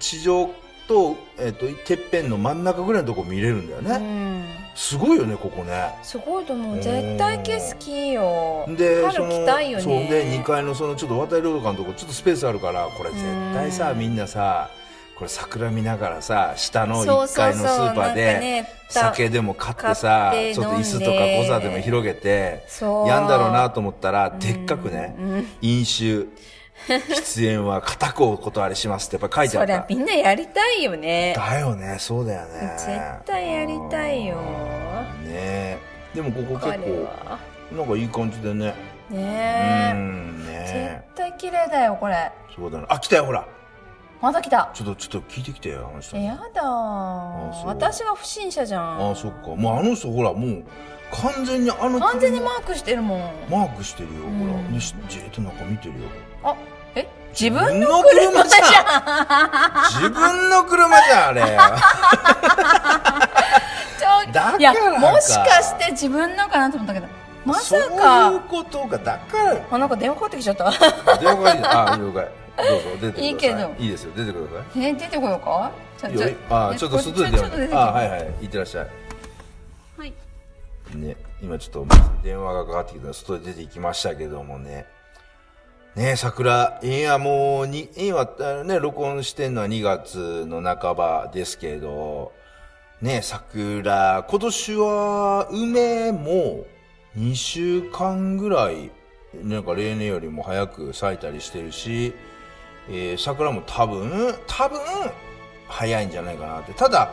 Speaker 3: 地上と,、えっとてっぺんの真ん中ぐらいのとこ見れるんだよね、
Speaker 2: うん
Speaker 3: すごいよねここね
Speaker 2: すごいと思う絶対景色いいよ
Speaker 3: でそ
Speaker 2: 春
Speaker 3: の
Speaker 2: 来たいよね
Speaker 3: そうで2階のそのちょっと渡り廊下のとこちょっとスペースあるからこれ絶対さみんなさこれ桜見ながらさ下の
Speaker 2: そう
Speaker 3: 1
Speaker 2: そう
Speaker 3: 階
Speaker 2: そう
Speaker 3: のスーパー
Speaker 2: なんか
Speaker 3: で
Speaker 2: ねた
Speaker 3: 酒でも買ってさ
Speaker 2: 買って
Speaker 3: ちょっと
Speaker 2: 飲ん
Speaker 3: 椅
Speaker 2: で
Speaker 3: 子とか誤差でも広げて
Speaker 2: そう
Speaker 3: やんだろうなと思ったらでっかくね飲
Speaker 2: (laughs)
Speaker 3: 酒喫煙は固くお断りしますってやっぱ書いてあ
Speaker 2: そ
Speaker 3: っ
Speaker 2: りゃ
Speaker 3: た
Speaker 2: みんなやりたいよね
Speaker 3: だよねそうだよね
Speaker 2: 絶対やりたいよ
Speaker 3: うんねえでもここ結
Speaker 2: 彼
Speaker 3: 構
Speaker 2: は
Speaker 3: なんかいい感じでねう
Speaker 2: ね
Speaker 3: ん
Speaker 2: え
Speaker 3: ね
Speaker 2: 絶対綺麗だよこれ
Speaker 3: そうだねあ来たよほら
Speaker 2: また来た
Speaker 3: ちょっとちょっと聞いてきてよあの人
Speaker 2: え
Speaker 3: に
Speaker 2: やだー
Speaker 3: そう
Speaker 2: 私が不審者じゃん
Speaker 3: ああそっかもうあの人ほらもう完全にあの
Speaker 2: 完全にマークしてるもん
Speaker 3: マークしてるよほら、
Speaker 2: うん
Speaker 3: ねしじーっとなんか見てるよ
Speaker 2: あえ自分の
Speaker 3: の車じゃん自分の車じゃんあれ
Speaker 2: ちょ
Speaker 3: だから
Speaker 2: いや
Speaker 3: か
Speaker 2: もしかして自分のかなと思ったけど (laughs) まさか
Speaker 3: そういうことがだから
Speaker 2: あなんか電話かかってきちゃ
Speaker 3: (laughs)
Speaker 2: った
Speaker 3: 了解ですあ了解どうぞ出てください
Speaker 2: いいけど
Speaker 3: いいですよ出てください
Speaker 2: え出てこようかちょ
Speaker 3: いいよあーちょっと外で
Speaker 2: ち
Speaker 3: 電
Speaker 2: ょっと出
Speaker 3: 話
Speaker 2: て
Speaker 3: あー
Speaker 2: き
Speaker 3: はいはい行ってらっしゃい
Speaker 4: はい
Speaker 3: ね、今ちょっと電話がかかってきたら外へ出て行きましたけどもね。ね桜、いや、もう、に、今、あのね、録音してんのは2月の半ばですけど、ね、桜、今年は梅も2週間ぐらい、なんか例年よりも早く咲いたりしてるし、えー桜も多分、多分、早いんじゃないかなって。ただ、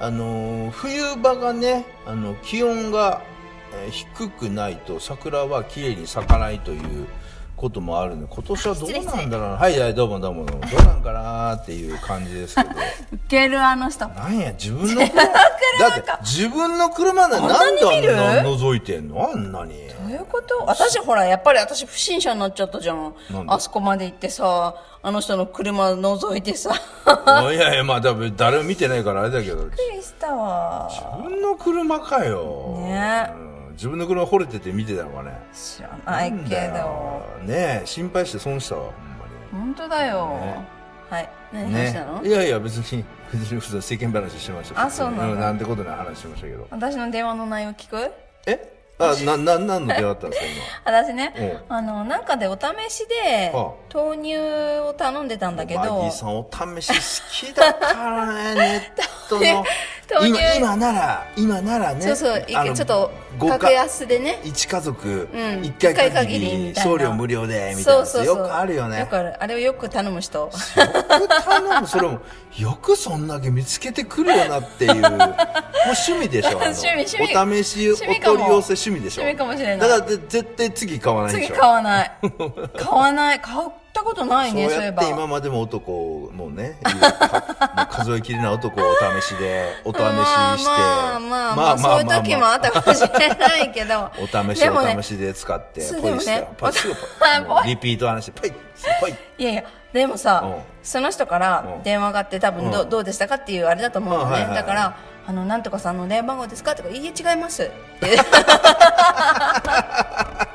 Speaker 3: あのー冬場がね、あの、気温がえー低くないと桜は綺麗に咲かないということもあるので、今年はどうなんだろうな。はい、はい、どうもどうもどうも。どうなんかなーっていう感じですけど。
Speaker 2: ウケるあの人
Speaker 3: なんや、自
Speaker 2: (laughs)
Speaker 3: 分の車。だって、自分の車でなんであんな覗いてんのあんなに。
Speaker 2: どういうこと私ほらやっぱり私不審者になっちゃったじゃん
Speaker 3: なんで
Speaker 2: あそこまで行ってさあの人の車覗いて
Speaker 3: (laughs)
Speaker 2: さ
Speaker 3: あいやいや、まあ、多分誰も見てないからあれだけど。
Speaker 2: びっくりしたわ
Speaker 3: 自分の車かよ。
Speaker 2: ね
Speaker 3: うん自分の車惚れてて見てたのかね。
Speaker 2: 知らない
Speaker 3: なん
Speaker 2: け
Speaker 3: だ
Speaker 2: ど
Speaker 3: よねえ、心配して損したわ、ほんまに。
Speaker 2: 本当だよ、はい何話したの、
Speaker 3: ね、いやいや別に別に普通の世間話してました
Speaker 2: あそうなんだ
Speaker 3: なんてことない話してましたけど
Speaker 2: 私の電話の内容聞く
Speaker 3: えあなな何の出会ったんですか
Speaker 2: 私ね、あの、なんかでお試しで
Speaker 3: はあ、
Speaker 2: 豆乳を頼んでたんだけ
Speaker 3: 今マギ
Speaker 2: ど
Speaker 3: ー、さんお試し好きだからねネットの
Speaker 2: (laughs) 豆乳
Speaker 3: 今今なら今ならね
Speaker 2: そうそうい
Speaker 3: あの
Speaker 2: ちょっと
Speaker 3: ご
Speaker 2: 格安でね
Speaker 3: 一家族
Speaker 2: うん
Speaker 3: 一回
Speaker 2: 一回
Speaker 3: 限
Speaker 2: 限りみ
Speaker 3: り
Speaker 2: たいな
Speaker 3: 送料無料でみたいなやつよくあるよ
Speaker 2: よ
Speaker 3: ね
Speaker 2: くあるあれをよく頼む人
Speaker 3: よく頼むそれもよくそんだけ見つけてくるよなっていうもう趣味でしょあの
Speaker 2: (laughs) 趣味趣味
Speaker 3: お試しお
Speaker 2: 趣味かも
Speaker 3: 取り寄せ趣味でし
Speaker 2: 趣
Speaker 3: ょ
Speaker 2: 味かもしれない
Speaker 3: だからで絶対次買わないで
Speaker 2: 次
Speaker 3: しょ
Speaker 2: 買わ
Speaker 3: (laughs)
Speaker 2: ない買わない買ったことないね
Speaker 3: そ
Speaker 2: そううい
Speaker 3: や
Speaker 2: え
Speaker 3: っ
Speaker 2: ば
Speaker 3: て今までも男をもうね (laughs) いろいろかもう数えきれない男をお試しでお試しして
Speaker 2: まあまあまあそういう時もあったかもしれないけど
Speaker 3: (laughs) お試し
Speaker 2: でもね
Speaker 3: お試しで使って
Speaker 2: そう
Speaker 3: ポ
Speaker 2: でも
Speaker 3: イ
Speaker 2: ね
Speaker 3: したらパイ
Speaker 2: (laughs)
Speaker 3: すぐ
Speaker 2: あ
Speaker 3: パイもう
Speaker 2: ポイ
Speaker 3: リピート話してパイパイ
Speaker 2: いやいやでもさ、
Speaker 3: うん
Speaker 2: その人か
Speaker 3: う
Speaker 2: ら
Speaker 3: ん
Speaker 2: 電話があって多分ど,、
Speaker 3: う
Speaker 2: うんどうでしたかっていうあれだと思うのね、
Speaker 3: あはいはいはい
Speaker 2: だからあの「なんとかさんの電話番号ですか?」って言うからいいえ違い
Speaker 3: (laughs)
Speaker 2: ます」ってあ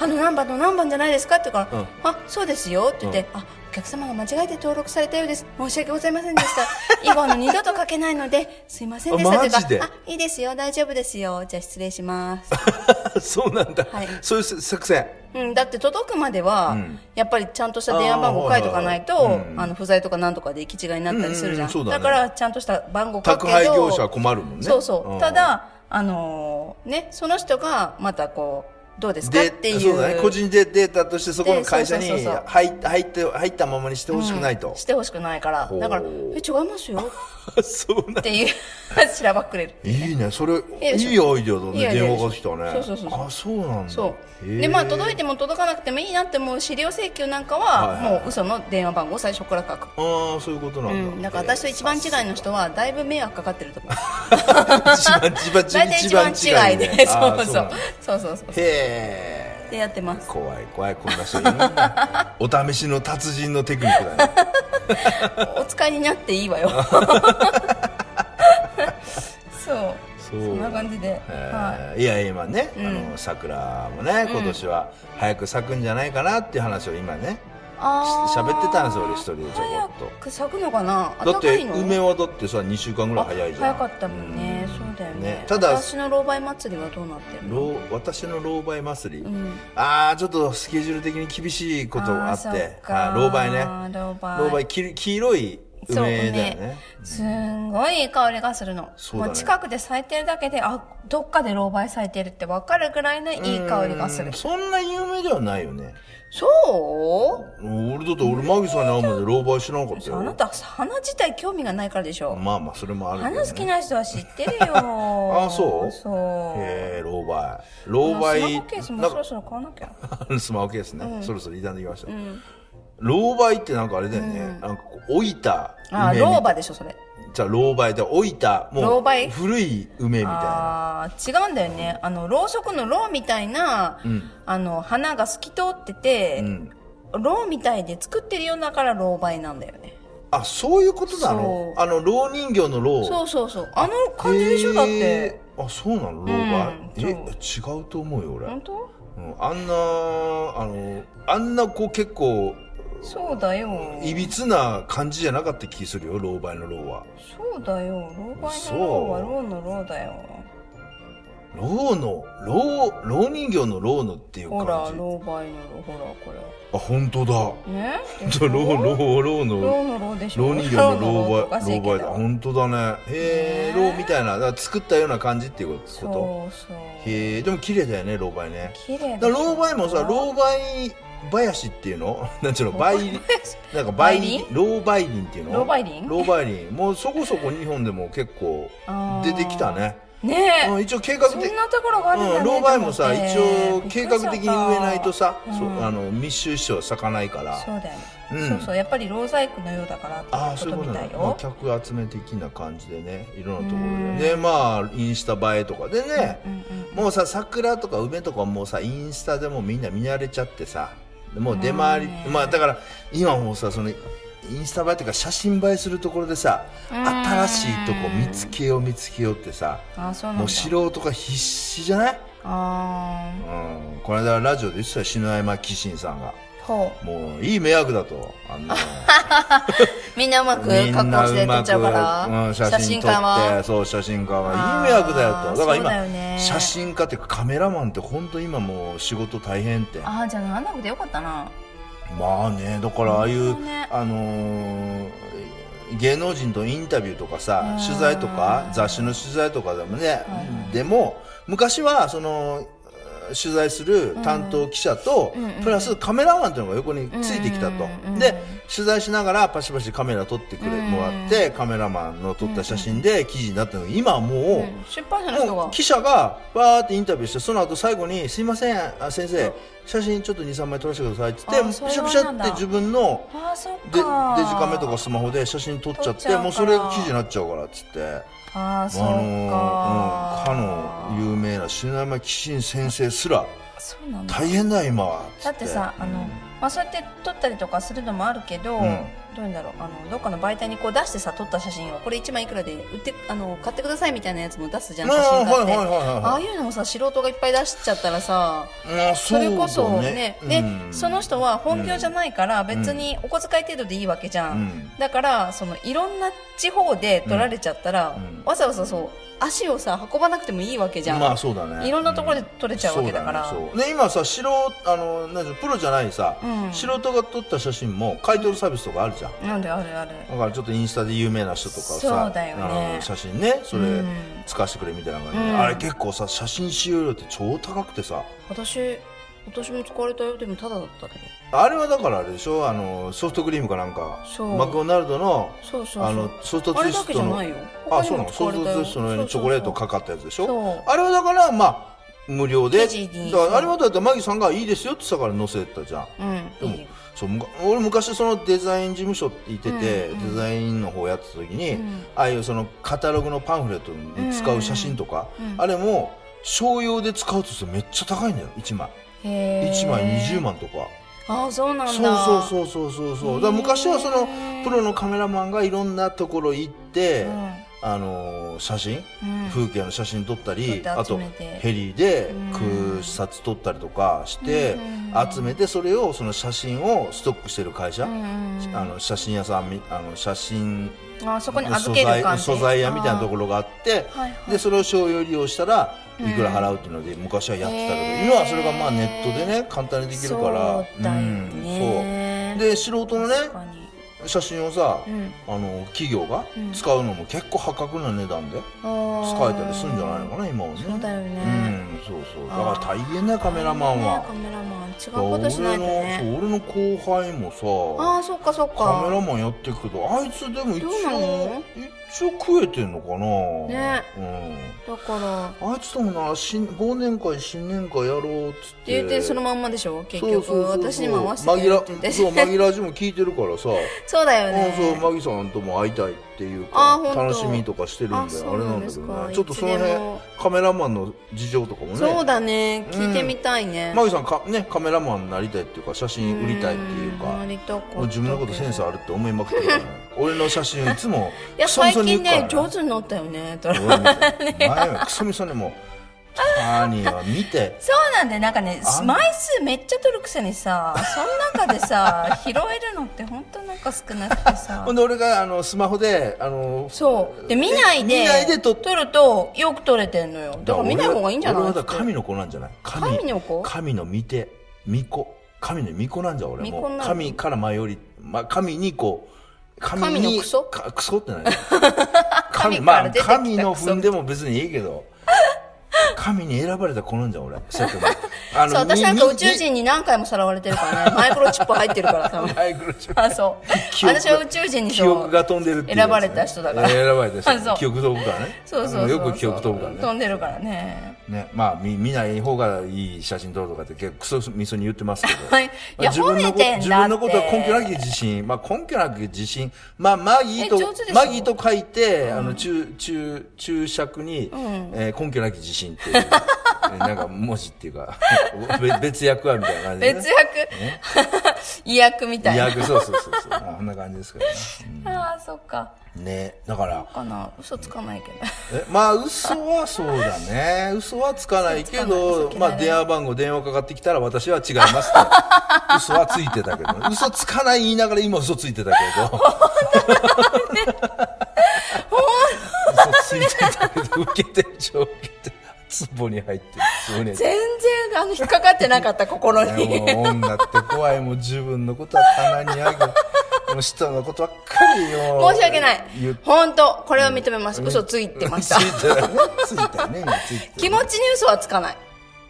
Speaker 2: あの何番の何番じゃないですか?」って言うから「
Speaker 3: うん
Speaker 2: あそうですよ」って言って「あお客様が間違えて登録されたようです申し訳ございませんでした (laughs) 以後の二度とかけないのですいませんでした」
Speaker 3: あ
Speaker 2: って
Speaker 3: マジ
Speaker 2: 言
Speaker 3: で
Speaker 2: うから「あいいですよ大丈夫ですよじゃあ失礼します」
Speaker 3: (laughs) そうなんだ、
Speaker 2: はい
Speaker 3: そういう作戦
Speaker 2: うん、だって届くまでは、
Speaker 3: うん
Speaker 2: やっぱりちゃんとした電話番号書いとかない
Speaker 3: あーはい
Speaker 2: と
Speaker 3: はいはいうん
Speaker 2: あの不在とかなんとかで行き違いになったりするじゃん、
Speaker 3: うんうんうんそうだ
Speaker 2: だ
Speaker 3: ね
Speaker 2: からちゃんとした番号書く
Speaker 3: 宅
Speaker 2: けど
Speaker 3: 配業者は困るもんね
Speaker 2: そうそう、
Speaker 3: ん
Speaker 2: ただあのーねその人がまたこうどうですか
Speaker 3: で
Speaker 2: っていう
Speaker 3: そうだね個人でデータとしてそこの会社に
Speaker 2: でそうそうそうそう
Speaker 3: 入って入って入ったままにしてほしくないと
Speaker 2: し、てほしくないから
Speaker 3: ほう
Speaker 2: だから「え違いますよ」
Speaker 3: (laughs) そうなんだ
Speaker 2: っていう (laughs) しらばっくれる
Speaker 3: いいねそれい
Speaker 2: でしょ
Speaker 3: いアイデアだね
Speaker 2: いいアイデア
Speaker 3: 電
Speaker 2: でしょ
Speaker 3: 話が来たね
Speaker 2: そうそうそうそう
Speaker 3: あそうなんだ
Speaker 2: そうでまあ届い
Speaker 3: て
Speaker 2: ても届かなくてもいいなって思う資料請求なんか
Speaker 3: は
Speaker 2: はい
Speaker 3: はいはい
Speaker 2: もう嘘の電話番号を最初から書く、
Speaker 3: ああそういうことなんだ、
Speaker 2: うん、だから私と一番違いの人はだいぶ迷惑かかってると思う
Speaker 3: (laughs) 一番一番
Speaker 2: 大体一番違いで、(laughs)
Speaker 3: ね
Speaker 2: そうそう
Speaker 3: あーなんだ
Speaker 2: そうそうそう
Speaker 3: へ
Speaker 2: で
Speaker 3: え
Speaker 2: やってます
Speaker 3: 怖い怖いこんな人いるんだお試しの達人のテクニックだね
Speaker 2: お使いになっていい
Speaker 3: (laughs)
Speaker 2: わよそう
Speaker 3: そ
Speaker 2: そんな感じで、はい
Speaker 3: いや今ね、
Speaker 2: うん
Speaker 3: あの桜もね今年は早く咲くんじゃないかなっていう話を今ねし
Speaker 2: あー
Speaker 3: 喋ってたんですよ俺一人でちょ
Speaker 2: 早
Speaker 3: こっと
Speaker 2: く咲くのかな
Speaker 3: だ
Speaker 2: 暖
Speaker 3: っ
Speaker 2: か
Speaker 3: て
Speaker 2: いの
Speaker 3: 梅はだってさ2週間ぐらい早いじゃん
Speaker 2: 早かったもんね、
Speaker 3: うん
Speaker 2: そうだよね
Speaker 3: ねただ
Speaker 2: 私の老梅祭りはどうなってるの
Speaker 3: 老私の老梅祭り、
Speaker 2: うん
Speaker 3: ああちょっとスケジュール的に厳しいことがあって
Speaker 2: あーそっ
Speaker 3: あ
Speaker 2: か
Speaker 3: ー老梅ね
Speaker 2: 老梅
Speaker 3: 老梅き黄色い
Speaker 2: そう
Speaker 3: 梅だよね
Speaker 2: 梅すんごいいい香りがするの、
Speaker 3: そうだね
Speaker 2: もう近くで咲いてるだけであどっかで老梅咲いてるって分かるぐらいのいい香りがす
Speaker 3: う
Speaker 2: る
Speaker 3: んそんな有名ではないよね
Speaker 2: そう
Speaker 3: 俺だって俺マギさんに会うまで老梅知らなかった
Speaker 2: そう
Speaker 3: よ
Speaker 2: あなた花自体興味がないからでしょ、
Speaker 3: まあまあそれもあるけど、ね、
Speaker 2: 花好きな人は知ってるよ
Speaker 3: (laughs) あ
Speaker 2: あ
Speaker 3: そう
Speaker 2: そう
Speaker 3: へえ老梅
Speaker 2: あ
Speaker 3: 老
Speaker 2: のスマ
Speaker 3: 梅
Speaker 2: ホケースも
Speaker 3: な
Speaker 2: そ
Speaker 3: んか
Speaker 2: ろそろ買わなきゃ
Speaker 3: スマホケースね、そろそろ傷んできました、老梅ってなんかあれだよね、なんかこう老いた
Speaker 2: あ
Speaker 3: 梅みたい
Speaker 2: 老婆でしょそれ
Speaker 3: じゃあ老梅で老いたも
Speaker 2: 老
Speaker 3: う
Speaker 2: 梅
Speaker 3: 古い梅みたいな
Speaker 2: ああ違うんだよねあのろうそくのろうみたいな、
Speaker 3: ん
Speaker 2: あの花が透き通ってて
Speaker 3: う、ん
Speaker 2: ろうみたいで作ってるようだから老梅なんだよね
Speaker 3: あそういうことなの
Speaker 2: そう
Speaker 3: あの老人形の老
Speaker 2: そうそうそうあの感じでしょだって
Speaker 3: へーあそうなの老
Speaker 2: うん
Speaker 3: 梅、え違うと思うよ俺、
Speaker 2: 本当
Speaker 3: うんあんなあのあんなこう結構
Speaker 2: そうだよ
Speaker 3: いびつな感じじゃなかった気するよ老梅の老は
Speaker 2: そうだよ老
Speaker 3: そう
Speaker 2: 梅のろうはろうのろうだよ
Speaker 3: 老の老老人形の老のっていう
Speaker 2: ほら
Speaker 3: 感じ
Speaker 2: 老梅のろうほらこれ
Speaker 3: あ本当だ本 (laughs)
Speaker 2: ね
Speaker 3: 当だ
Speaker 2: ロ
Speaker 3: 老老老の
Speaker 2: ーのローでしょ
Speaker 3: 老人形の老
Speaker 2: おか
Speaker 3: 梅
Speaker 2: しいけ
Speaker 3: 老
Speaker 2: ど
Speaker 3: 梅だ本当だねへえ
Speaker 2: ね
Speaker 3: 老みたいなだから作ったような感じっていうこと
Speaker 2: そうそう
Speaker 3: へえでも綺麗だよね老梅ね
Speaker 2: 綺麗
Speaker 3: だから老梅もさ老梅林っていうの (laughs) なんちゅうの梅なんか梅林老梅林っていうの
Speaker 2: 老梅林
Speaker 3: 老梅林もうそこそこ日本でも結構出てきたね
Speaker 2: ね
Speaker 3: う
Speaker 2: え
Speaker 3: ん一応計画
Speaker 2: そ
Speaker 3: 的
Speaker 2: んなところがあるんだね
Speaker 3: うん、老梅も
Speaker 2: と
Speaker 3: さ
Speaker 2: 思って
Speaker 3: 一応計画的に植えないとさ、
Speaker 2: びっくりしちゃった
Speaker 3: そう
Speaker 2: うん
Speaker 3: あの密集しては咲かないから
Speaker 2: そうだよね、
Speaker 3: うん
Speaker 2: そうそうやっぱり老細工のようだから
Speaker 3: ああ
Speaker 2: っ
Speaker 3: そ
Speaker 2: て
Speaker 3: ういう
Speaker 2: こ
Speaker 3: こ
Speaker 2: み
Speaker 3: ととな
Speaker 2: たい
Speaker 3: んだ、まあ
Speaker 2: よ
Speaker 3: 客集め的な感じでねいろんなとこ
Speaker 2: うん
Speaker 3: ろででまあインスタ映えとかでね、
Speaker 2: うんうん
Speaker 3: もうさ桜とか梅とかもうさインスタでもうみんな見慣れちゃってさもう出回り、
Speaker 2: ね
Speaker 3: まあだから今もうさそのインスタ映えというか写真映えするところでさ新しいとこ見つけよう見つけようってさ
Speaker 2: あそうなんだ
Speaker 3: もう素人が必死じゃない
Speaker 2: あ
Speaker 3: うん、この間ラジオで言ってたよ篠山紀信さんが
Speaker 2: ーほ
Speaker 3: もういい迷惑だとあんな
Speaker 2: うみんなうまく
Speaker 3: みん
Speaker 2: 加工して撮っちゃうから
Speaker 3: うん、写真撮って
Speaker 2: は
Speaker 3: そう写真家は
Speaker 2: あー
Speaker 3: いい迷惑だよとだから
Speaker 2: そうだよ
Speaker 3: 今
Speaker 2: ね
Speaker 3: 写真家っていうかカメラマンって本当今もう仕事大変って
Speaker 2: ああじゃあなんなくてよかったな
Speaker 3: まあねだからああいう、
Speaker 2: そうね
Speaker 3: あのー芸能人とインタビューとかさ、取材とか、雑誌の取材とかでもね、でも、昔は、その、取材する担当記者と、プラスカメラマンというのが横についてきたと。で、取材しながらパシパシカメラ撮ってくれ、もらって、カメラマンの撮った写真で記事になったのが、今はもう、
Speaker 2: 出版社の人
Speaker 3: もう
Speaker 2: が
Speaker 3: 記者がバーってインタビューしてその後最後に「すいませんあ先生写真ちょっと23枚撮らせてください」っつって
Speaker 2: あ
Speaker 3: ピ
Speaker 2: そういう
Speaker 3: シャ
Speaker 2: もん
Speaker 3: ピシ
Speaker 2: な
Speaker 3: ャ
Speaker 2: ん
Speaker 3: っ
Speaker 2: だ
Speaker 3: て自分の
Speaker 2: あーそっか
Speaker 3: でデジカメとかスマホで写真撮っちゃっ
Speaker 2: 撮っちゃう
Speaker 3: て
Speaker 2: から
Speaker 3: もうそれ記事になっちゃうからっつって
Speaker 2: あーそっ
Speaker 3: あ
Speaker 2: か
Speaker 3: のーうん、かの有名な篠山紀信先生すら
Speaker 2: そうなんだ
Speaker 3: 大変だよ今はつ
Speaker 2: だってさあの、まあ、そうやって撮ったりとかするのもあるけど、
Speaker 3: うん
Speaker 2: どういうんだろうあのどっかの媒体にこう出してさ撮った写真をこれ1枚いくらで売ってあの買ってくださいみたいなやつも出すじゃん
Speaker 3: まあ
Speaker 2: 写真買
Speaker 3: は
Speaker 2: っ
Speaker 3: い
Speaker 2: て、
Speaker 3: はいはい
Speaker 2: ああ
Speaker 3: はい
Speaker 2: いうのもさ素人がいっぱい出しちゃったらさ
Speaker 3: まあ
Speaker 2: それこそ
Speaker 3: うだ
Speaker 2: ねで、
Speaker 3: うん
Speaker 2: その人は本業じゃないから別にお小遣い程度でいいわけじゃ、
Speaker 3: うんん
Speaker 2: だからそのいろんな地方で撮られちゃったら、
Speaker 3: うんうん
Speaker 2: わざわざそう足をさ運ばなくてもいいわけじゃん、
Speaker 3: まあそうだね
Speaker 2: いろんなところで撮れちゃうわけだから、
Speaker 3: そうだねそうね今さ素人あのなんていうのプロじゃないさ、
Speaker 2: うん
Speaker 3: 素人が撮った写真も買い取るサービスとかあるじゃん
Speaker 2: なんであるある
Speaker 3: だからちょっとインスタで有名な人とかをさ
Speaker 2: そうだよね
Speaker 3: あの写真ねそれ
Speaker 2: うん
Speaker 3: 使わせてくれみたいな感じで、
Speaker 2: うん
Speaker 3: あれ結構さ写真使用料って超高くてさ
Speaker 2: 私私も使われたよでもただだったけど
Speaker 3: あれはだからあれでしょあのソフトクリームかなんか
Speaker 2: そう
Speaker 3: マクドナルドの
Speaker 2: そうそうそう
Speaker 3: あのソフト
Speaker 2: あ
Speaker 3: ツ
Speaker 2: れ
Speaker 3: イ
Speaker 2: だ
Speaker 3: ス
Speaker 2: けじゃ
Speaker 3: トの
Speaker 2: ないよ他
Speaker 3: あ
Speaker 2: に
Speaker 3: そうな
Speaker 2: も
Speaker 3: の
Speaker 2: 使
Speaker 3: ソ
Speaker 2: わ
Speaker 3: フ
Speaker 2: れたよ
Speaker 3: トツイストの上にチョコレートかかったやつでしょ
Speaker 2: そう
Speaker 3: あれはだからまあ無料で
Speaker 2: 記事に
Speaker 3: だからあれはだってマギさんがいいですよって言ったから載せたじゃん
Speaker 2: うんいいよ
Speaker 3: そうむか俺昔そのデザイン事務所っていてて、デザインの方やってた時に、ああいうそのカタログのパンフレットに使う写真とか、あれも商用で使うとするとめっちゃ高いんだよ1枚
Speaker 2: へー
Speaker 3: 1枚20万とか
Speaker 2: あそうなんだ
Speaker 3: そう
Speaker 2: う
Speaker 3: そうそうそうそうそうだから昔はそのプロのカメラマンがいろんなところ行って、あのー写真、風景の写真撮ったり
Speaker 2: 撮
Speaker 3: あ
Speaker 2: って集
Speaker 3: と
Speaker 2: めて
Speaker 3: ヘリで空撮撮ったりとかして、集めてそれをその写真をストックしてる会社、あの写真屋さんみあの写真
Speaker 2: あそこに
Speaker 3: 素
Speaker 2: 預ける感
Speaker 3: 材
Speaker 2: じ
Speaker 3: 素材屋みたいなところがあってでそれを商用利用したらいくら払うっていうので昔はやってたけど、今はそれがまあネットでね簡単にできるから
Speaker 2: そうだよね
Speaker 3: うんそうで素人のね
Speaker 2: 確かに
Speaker 3: 写真をさ、
Speaker 2: ん
Speaker 3: あの企業が使うのも結構破格な値段で使えたりするんじゃないのかな今はね
Speaker 2: そうだよね
Speaker 3: うんそうそうだから大変だよカメラマンは
Speaker 2: ねカメラマン違う
Speaker 3: だから
Speaker 2: ことしないと
Speaker 3: 俺
Speaker 2: ね
Speaker 3: のそう俺の後輩も
Speaker 2: あ
Speaker 3: さ
Speaker 2: あそっかそっ
Speaker 3: カメ
Speaker 2: か
Speaker 3: ラマンやってるけどあいつでも一
Speaker 2: どうな
Speaker 3: 応
Speaker 2: の
Speaker 3: 一応食えてんのかなね
Speaker 2: だからっ
Speaker 3: うんあいつともな新忘年会新年会やろうっつって
Speaker 2: て言ってそのまんまでしょ結
Speaker 3: そうそう
Speaker 2: 局
Speaker 3: そうそう
Speaker 2: 私にも合わせてやるって言っ
Speaker 3: 紛ら
Speaker 2: て
Speaker 3: そう紛らわしも聞いてるからさ
Speaker 2: (laughs) そうだよ
Speaker 3: うんそう
Speaker 2: ね
Speaker 3: マギさんとも会いたいっていう
Speaker 2: あ
Speaker 3: か
Speaker 2: 本当
Speaker 3: 楽しみとかしてるんであ
Speaker 2: あそう
Speaker 3: れ
Speaker 2: な
Speaker 3: なんん
Speaker 2: で
Speaker 3: だ
Speaker 2: す
Speaker 3: け
Speaker 2: か
Speaker 3: どねちょっとその
Speaker 2: いつでも
Speaker 3: 辺カメラマンの事情とかもね
Speaker 2: そうだね聞いてみたいね
Speaker 3: マギさんか、ね、カメラマンになりたいっていうか写真売りたいっていう
Speaker 2: うん
Speaker 3: か
Speaker 2: なりたかったけど
Speaker 3: 自分のことセンスあるって思いまくってるから
Speaker 2: (laughs)
Speaker 3: ね俺の写真いつも
Speaker 2: いや
Speaker 3: クソみ
Speaker 2: 最
Speaker 3: そに言
Speaker 2: 近
Speaker 3: うから
Speaker 2: ね上手になったよねドラ
Speaker 3: 俺も前はクソみそにもう「ターニーは
Speaker 2: (laughs)
Speaker 3: 見て
Speaker 2: そうなんでなんかね
Speaker 3: あん
Speaker 2: 枚数めっちゃ取るくせにさその中でさ
Speaker 3: (laughs)
Speaker 2: 拾えるのって本当なんか少なくてさ
Speaker 3: ほんで俺があのスマホであの
Speaker 2: そうで見ないで
Speaker 3: 見ないで撮っ
Speaker 2: 取るとよく取れてんのよだから見ない方がいいんじゃない
Speaker 3: 俺はだから
Speaker 2: って
Speaker 3: 神の子なんじゃない神
Speaker 2: 神の子
Speaker 3: 神の見て御子神の御子なんじゃ俺
Speaker 2: 御子
Speaker 3: も
Speaker 2: な
Speaker 3: う
Speaker 2: の
Speaker 3: 神から前より、ま、神にこう神に
Speaker 2: 神のクソ
Speaker 3: かクソっ
Speaker 2: (laughs)
Speaker 3: てない
Speaker 2: 神
Speaker 3: ま
Speaker 2: から
Speaker 3: あ
Speaker 2: 出てきた
Speaker 3: 神の踏んでも別にいいけど神に選ばれた子なんじゃ俺そ
Speaker 2: (laughs)
Speaker 3: うやってもあ
Speaker 2: そう私なんか宇宙
Speaker 3: に
Speaker 2: 人に何回もさらわれてるからね
Speaker 3: (laughs)
Speaker 2: マイクロチップ入ってるから多分
Speaker 3: はい黒ちゃん
Speaker 2: あそう
Speaker 3: 記憶が
Speaker 2: 私は宇宙人に
Speaker 3: 記
Speaker 2: そう
Speaker 3: 憶が飛んでるっていうや
Speaker 2: 選
Speaker 3: つね
Speaker 2: ばれた人だから
Speaker 3: えー選ばれた人
Speaker 2: そう
Speaker 3: 記憶飛ぶからね
Speaker 2: そうそうそう
Speaker 3: あ
Speaker 2: そう
Speaker 3: のよく記憶飛ぶからね
Speaker 2: 飛んでるからね
Speaker 3: ね、まあ見見ない方がいい写真撮るとかって結構クソみそに言ってますけど。
Speaker 2: はいいや
Speaker 3: 自分のこ
Speaker 2: 褒めてんだって
Speaker 3: 自分のことは根拠なき自信。まあ根拠なき自信。まあマギーと
Speaker 2: え上手でし、ょ
Speaker 3: マギーと書いて、あの、注、注、注釈に、えー根拠なき自信っていう、えーなんか文字っていうか、 (laughs) べ別役はみたいな感じで、ね。
Speaker 2: 別役 (laughs) 意訳みたいな
Speaker 3: 役そうそうそうそう。まあこんな感じですけどね。
Speaker 2: ああそっか
Speaker 3: うんね、だから、
Speaker 2: かな嘘つかないけど
Speaker 3: えまあ嘘はそうだね嘘はつかないけ
Speaker 2: 嘘
Speaker 3: ど
Speaker 2: つかない嘘嫌い
Speaker 3: まあ電話番号電話かかってきたら私は違いますって嘘はついてたけど、ね、嘘つかない言いながら今嘘ついてたけど嘘ついてたけど受けてる状況ってツボに入ってるツボに入って
Speaker 2: (laughs)
Speaker 3: る
Speaker 2: 全然あの引っかかってなかった心に
Speaker 3: ねもう女って怖いもう自分のことは棚にあげの人のことばっかりよ
Speaker 2: 申し訳ない
Speaker 3: 言っ。
Speaker 2: 本当、これは認めます。嘘ついてました
Speaker 3: つ。いたよねついたよね今ついたよね
Speaker 2: (laughs) 気持ちに嘘はつかない。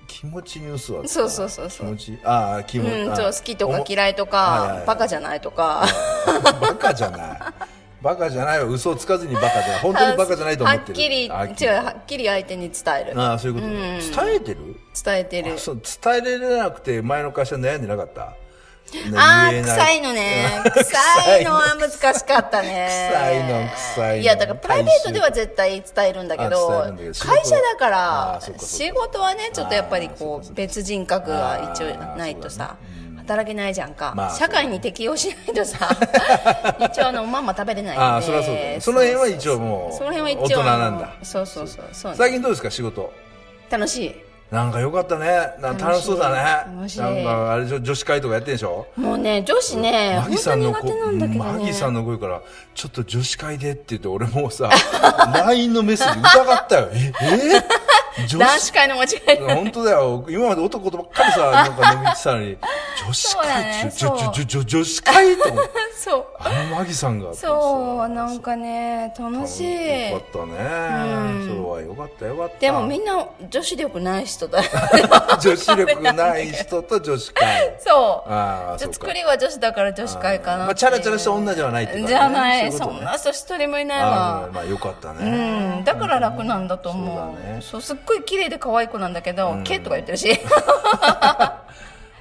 Speaker 3: 気持ちに嘘はつか
Speaker 2: そうそうそうそう
Speaker 3: 気持ちああ気
Speaker 2: う
Speaker 3: 持ち、
Speaker 2: ん、
Speaker 3: あ
Speaker 2: そう、好きとか嫌いと
Speaker 3: はいはいは
Speaker 2: か
Speaker 3: い、
Speaker 2: バカじゃないとか。
Speaker 3: おバカじゃないバカじゃないは嘘をつかずにバカじゃない本当にバカじゃないと思ってる
Speaker 2: はっきり、違う、はっきり相手に伝える。
Speaker 3: ああそういうこと、ね伝えてる
Speaker 2: 伝えてる
Speaker 3: あ。そう伝えられなくて前の会社悩んでなかった
Speaker 2: あー、
Speaker 3: 言えな
Speaker 2: 臭いの
Speaker 3: (laughs)
Speaker 2: ね。臭いのは難しかったね。
Speaker 3: 臭いの臭いの
Speaker 2: いや、だからプライベートでは絶対伝えるんだけ
Speaker 3: あ
Speaker 2: ど
Speaker 3: 伝えるんだけど、仕事
Speaker 2: 会社だか
Speaker 3: あー
Speaker 2: ら
Speaker 3: そう、かそうか
Speaker 2: 仕事はね、ちょっとやっぱり
Speaker 3: あーそう
Speaker 2: こ
Speaker 3: かそ
Speaker 2: う、
Speaker 3: うか
Speaker 2: 別人格が一応ないとさ、働けないじゃんか
Speaker 3: まあ。
Speaker 2: 社会に適応しないとさ、 (laughs) 一応あの、まんま食べれないんで。
Speaker 3: ああそりゃそうだねその辺は一応もう
Speaker 2: その辺は一応
Speaker 3: 大人なんだ
Speaker 2: あのそうそうそうそう
Speaker 3: 最近どうですか仕事
Speaker 2: 楽しい
Speaker 3: なんかよかったねなんか楽しそうだね
Speaker 2: 楽しい
Speaker 3: なんかあれでしょ女子会とかやってんでしょ
Speaker 2: もうね女子ね
Speaker 3: マギ
Speaker 2: 本
Speaker 3: さ
Speaker 2: 当
Speaker 3: ん
Speaker 2: に
Speaker 3: の
Speaker 2: 苦
Speaker 3: 声
Speaker 2: 手なんだけど
Speaker 3: マ
Speaker 2: ね
Speaker 3: ギさんの声から、ちょっと女子会でって言って、俺もうさ、LINE のメッセージ疑ったよ。え、え女
Speaker 2: 男子
Speaker 3: 子
Speaker 2: 会の間違い
Speaker 3: 本当だよ。今まで男とばっか
Speaker 2: (laughs)
Speaker 3: りさ、なんか飲み行ってたのに、女子
Speaker 2: そうだ
Speaker 3: 会、
Speaker 2: ね
Speaker 3: ちょ、ちょ、
Speaker 2: そう
Speaker 3: ちょ、ちょ、女子会と思って。
Speaker 2: そう
Speaker 3: あのマギさんが。
Speaker 2: そうなんかね楽しい
Speaker 3: よかったね。それはよかったよかった。
Speaker 2: でもみんな女子力ない人だ
Speaker 3: 女子力ない人と女
Speaker 2: (laughs)
Speaker 3: 子会。
Speaker 2: そう
Speaker 3: ああ、
Speaker 2: じゃ
Speaker 3: そう
Speaker 2: あ
Speaker 3: か
Speaker 2: 作。りは女子だから女子会かな
Speaker 3: まあ、チャラチャラした女じゃないってことね
Speaker 2: じゃない
Speaker 3: そうう
Speaker 2: そ
Speaker 3: ことね
Speaker 2: んな人一人もいない
Speaker 3: ああ
Speaker 2: わ
Speaker 3: まあよかった
Speaker 2: う
Speaker 3: ね、
Speaker 2: んだから楽なんだと
Speaker 3: そ
Speaker 2: 思
Speaker 3: うだね
Speaker 2: うそうすっごい綺麗で可愛い子なんだけど「け」とか言ってるし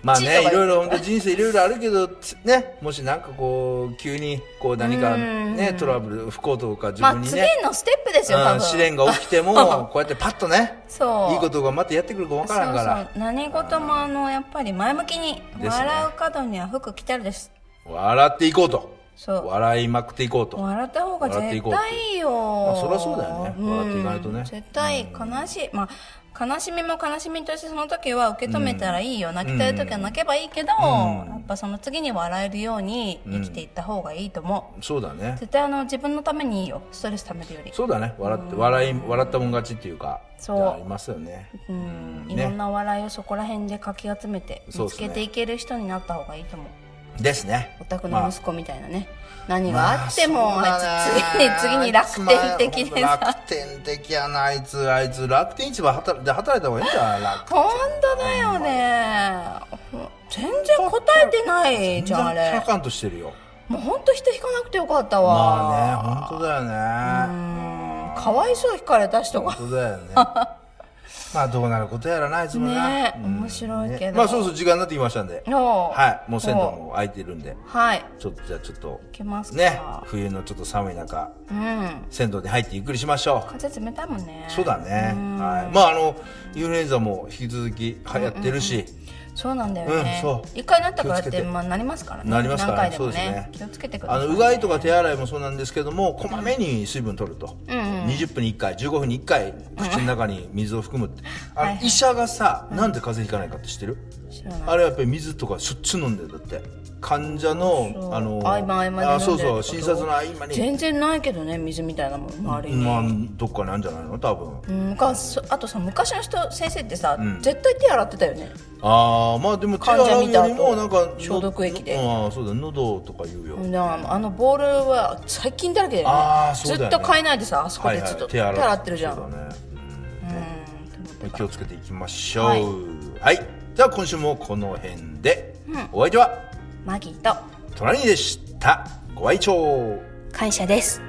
Speaker 3: まあ
Speaker 2: 地位と
Speaker 3: ねい
Speaker 2: か
Speaker 3: ろいろ本当人生いろいろあるけどつねもしなんかこう急にこう何かねトラブル不幸とか自
Speaker 2: (laughs) まあ
Speaker 3: 分に
Speaker 2: 次
Speaker 3: ね、
Speaker 2: のステップですよ多
Speaker 3: うん
Speaker 2: 分
Speaker 3: 試練が起きて
Speaker 2: (laughs)
Speaker 3: もこうやってパッとね
Speaker 2: そう
Speaker 3: いいことがまたやってくるかわからんから
Speaker 2: そうそう何事もあのやっぱり前向きに
Speaker 3: ですね
Speaker 2: 笑う角には服着たるです
Speaker 3: 笑っていこうと
Speaker 2: そう
Speaker 3: 笑いまくっていこうと
Speaker 2: 笑った方が
Speaker 3: 笑ってい
Speaker 2: 絶
Speaker 3: こうって
Speaker 2: 対いいよ、
Speaker 3: まあそりゃそうだよね笑っていかないとね
Speaker 2: うん絶対悲しい、まあ悲しみも悲しみとしてその時は受け止めたらいいよ、泣きたい時は泣けばいいけど、やっぱその次に笑えるように生きていった方がいいと思う、
Speaker 3: そうだね
Speaker 2: 絶対あの自分のためにいいよストレスためるより
Speaker 3: そうだね笑って笑い笑ったもん勝ちっていうか
Speaker 2: そう
Speaker 3: じゃあありますよね
Speaker 2: うん、
Speaker 3: ね
Speaker 2: いろんな笑いをそこら辺でかき集めて
Speaker 3: そう
Speaker 2: 見
Speaker 3: っ
Speaker 2: つ
Speaker 3: すね
Speaker 2: けていける人になった方がいいと思う
Speaker 3: ですね
Speaker 2: お宅
Speaker 3: ま
Speaker 2: の
Speaker 3: あ
Speaker 2: 息子みたいなね、何があっても、
Speaker 3: まあ
Speaker 2: あ
Speaker 3: そうだ
Speaker 2: い
Speaker 3: ね
Speaker 2: つ次に次に楽天的で
Speaker 3: まあ
Speaker 2: さ
Speaker 3: 楽天的やなあいつあいつ楽天市場働いで働いた方がいいんじゃない楽天
Speaker 2: 本当だよね全然答えてないじゃんあ
Speaker 3: 全然
Speaker 2: れ
Speaker 3: 客観としてるよ
Speaker 2: もう本当人引かなくてよかったわ
Speaker 3: まあね本当だよね
Speaker 2: かわいそう引かれた人が
Speaker 3: 本当だ
Speaker 2: (laughs)
Speaker 3: よねまあどうなることやらないつもな
Speaker 2: ね
Speaker 3: うん
Speaker 2: 面白いけど、
Speaker 3: まあそうそう時間になってきましたんで
Speaker 2: の
Speaker 3: はいもう銭湯も空いてるんで
Speaker 2: はい
Speaker 3: ちょっとじゃあちょっと
Speaker 2: 行きますか
Speaker 3: ね冬のちょっと寒い中
Speaker 2: うん
Speaker 3: 銭湯に入ってゆっくりしましょう
Speaker 2: 風冷たいもんね
Speaker 3: そうだね、はい、まああのインフルエンザも引き続き流行ってるし、
Speaker 2: そうなんだよ
Speaker 3: う
Speaker 2: ね
Speaker 3: んそう
Speaker 2: 一回なったからっ
Speaker 3: 気をつ
Speaker 2: て
Speaker 3: けて
Speaker 2: まあなりますからね
Speaker 3: なりますから
Speaker 2: 何
Speaker 3: ね
Speaker 2: 回でもね
Speaker 3: そうです
Speaker 2: 気をつけてくだ
Speaker 3: あ
Speaker 2: さい
Speaker 3: のうがいとか手洗いもそうなんですけどもこまめに水分取ると、20分に1回15分に1回口の中に水を含
Speaker 2: (laughs)
Speaker 3: むって、あの医者がさ、なんで風邪ひかないかって知ってる
Speaker 2: 知らない
Speaker 3: あれはやっぱり水とかしょっちゅう飲んでるんだって患者の
Speaker 2: そう
Speaker 3: あの
Speaker 2: 合間合間で飲んでる
Speaker 3: あそう
Speaker 2: ってこ
Speaker 3: そう
Speaker 2: と
Speaker 3: 診察の合間に
Speaker 2: 全然ないけどね水みたいなもん周りに、
Speaker 3: まあどっかなんじゃないの多分
Speaker 2: うんがそあとさ昔の人先生ってさ、絶対手洗ってたよね
Speaker 3: ああまあでも手
Speaker 2: 患者
Speaker 3: 洗う
Speaker 2: 見た
Speaker 3: よ
Speaker 2: 後
Speaker 3: りもなんか
Speaker 2: 消毒液で
Speaker 3: ああそうだ喉とか言うよ、
Speaker 2: であのボールは細菌だらけだよね
Speaker 3: あーそうだよね
Speaker 2: ずっと買えないでさあそこでずっと手洗ってるじゃん、
Speaker 3: そうだね
Speaker 2: うんと思って
Speaker 3: 気をつけていきましょうはい、じゃあ今週もこの辺で、お相手は
Speaker 2: マギーと
Speaker 3: トラニーでしたご愛聴
Speaker 2: 感謝です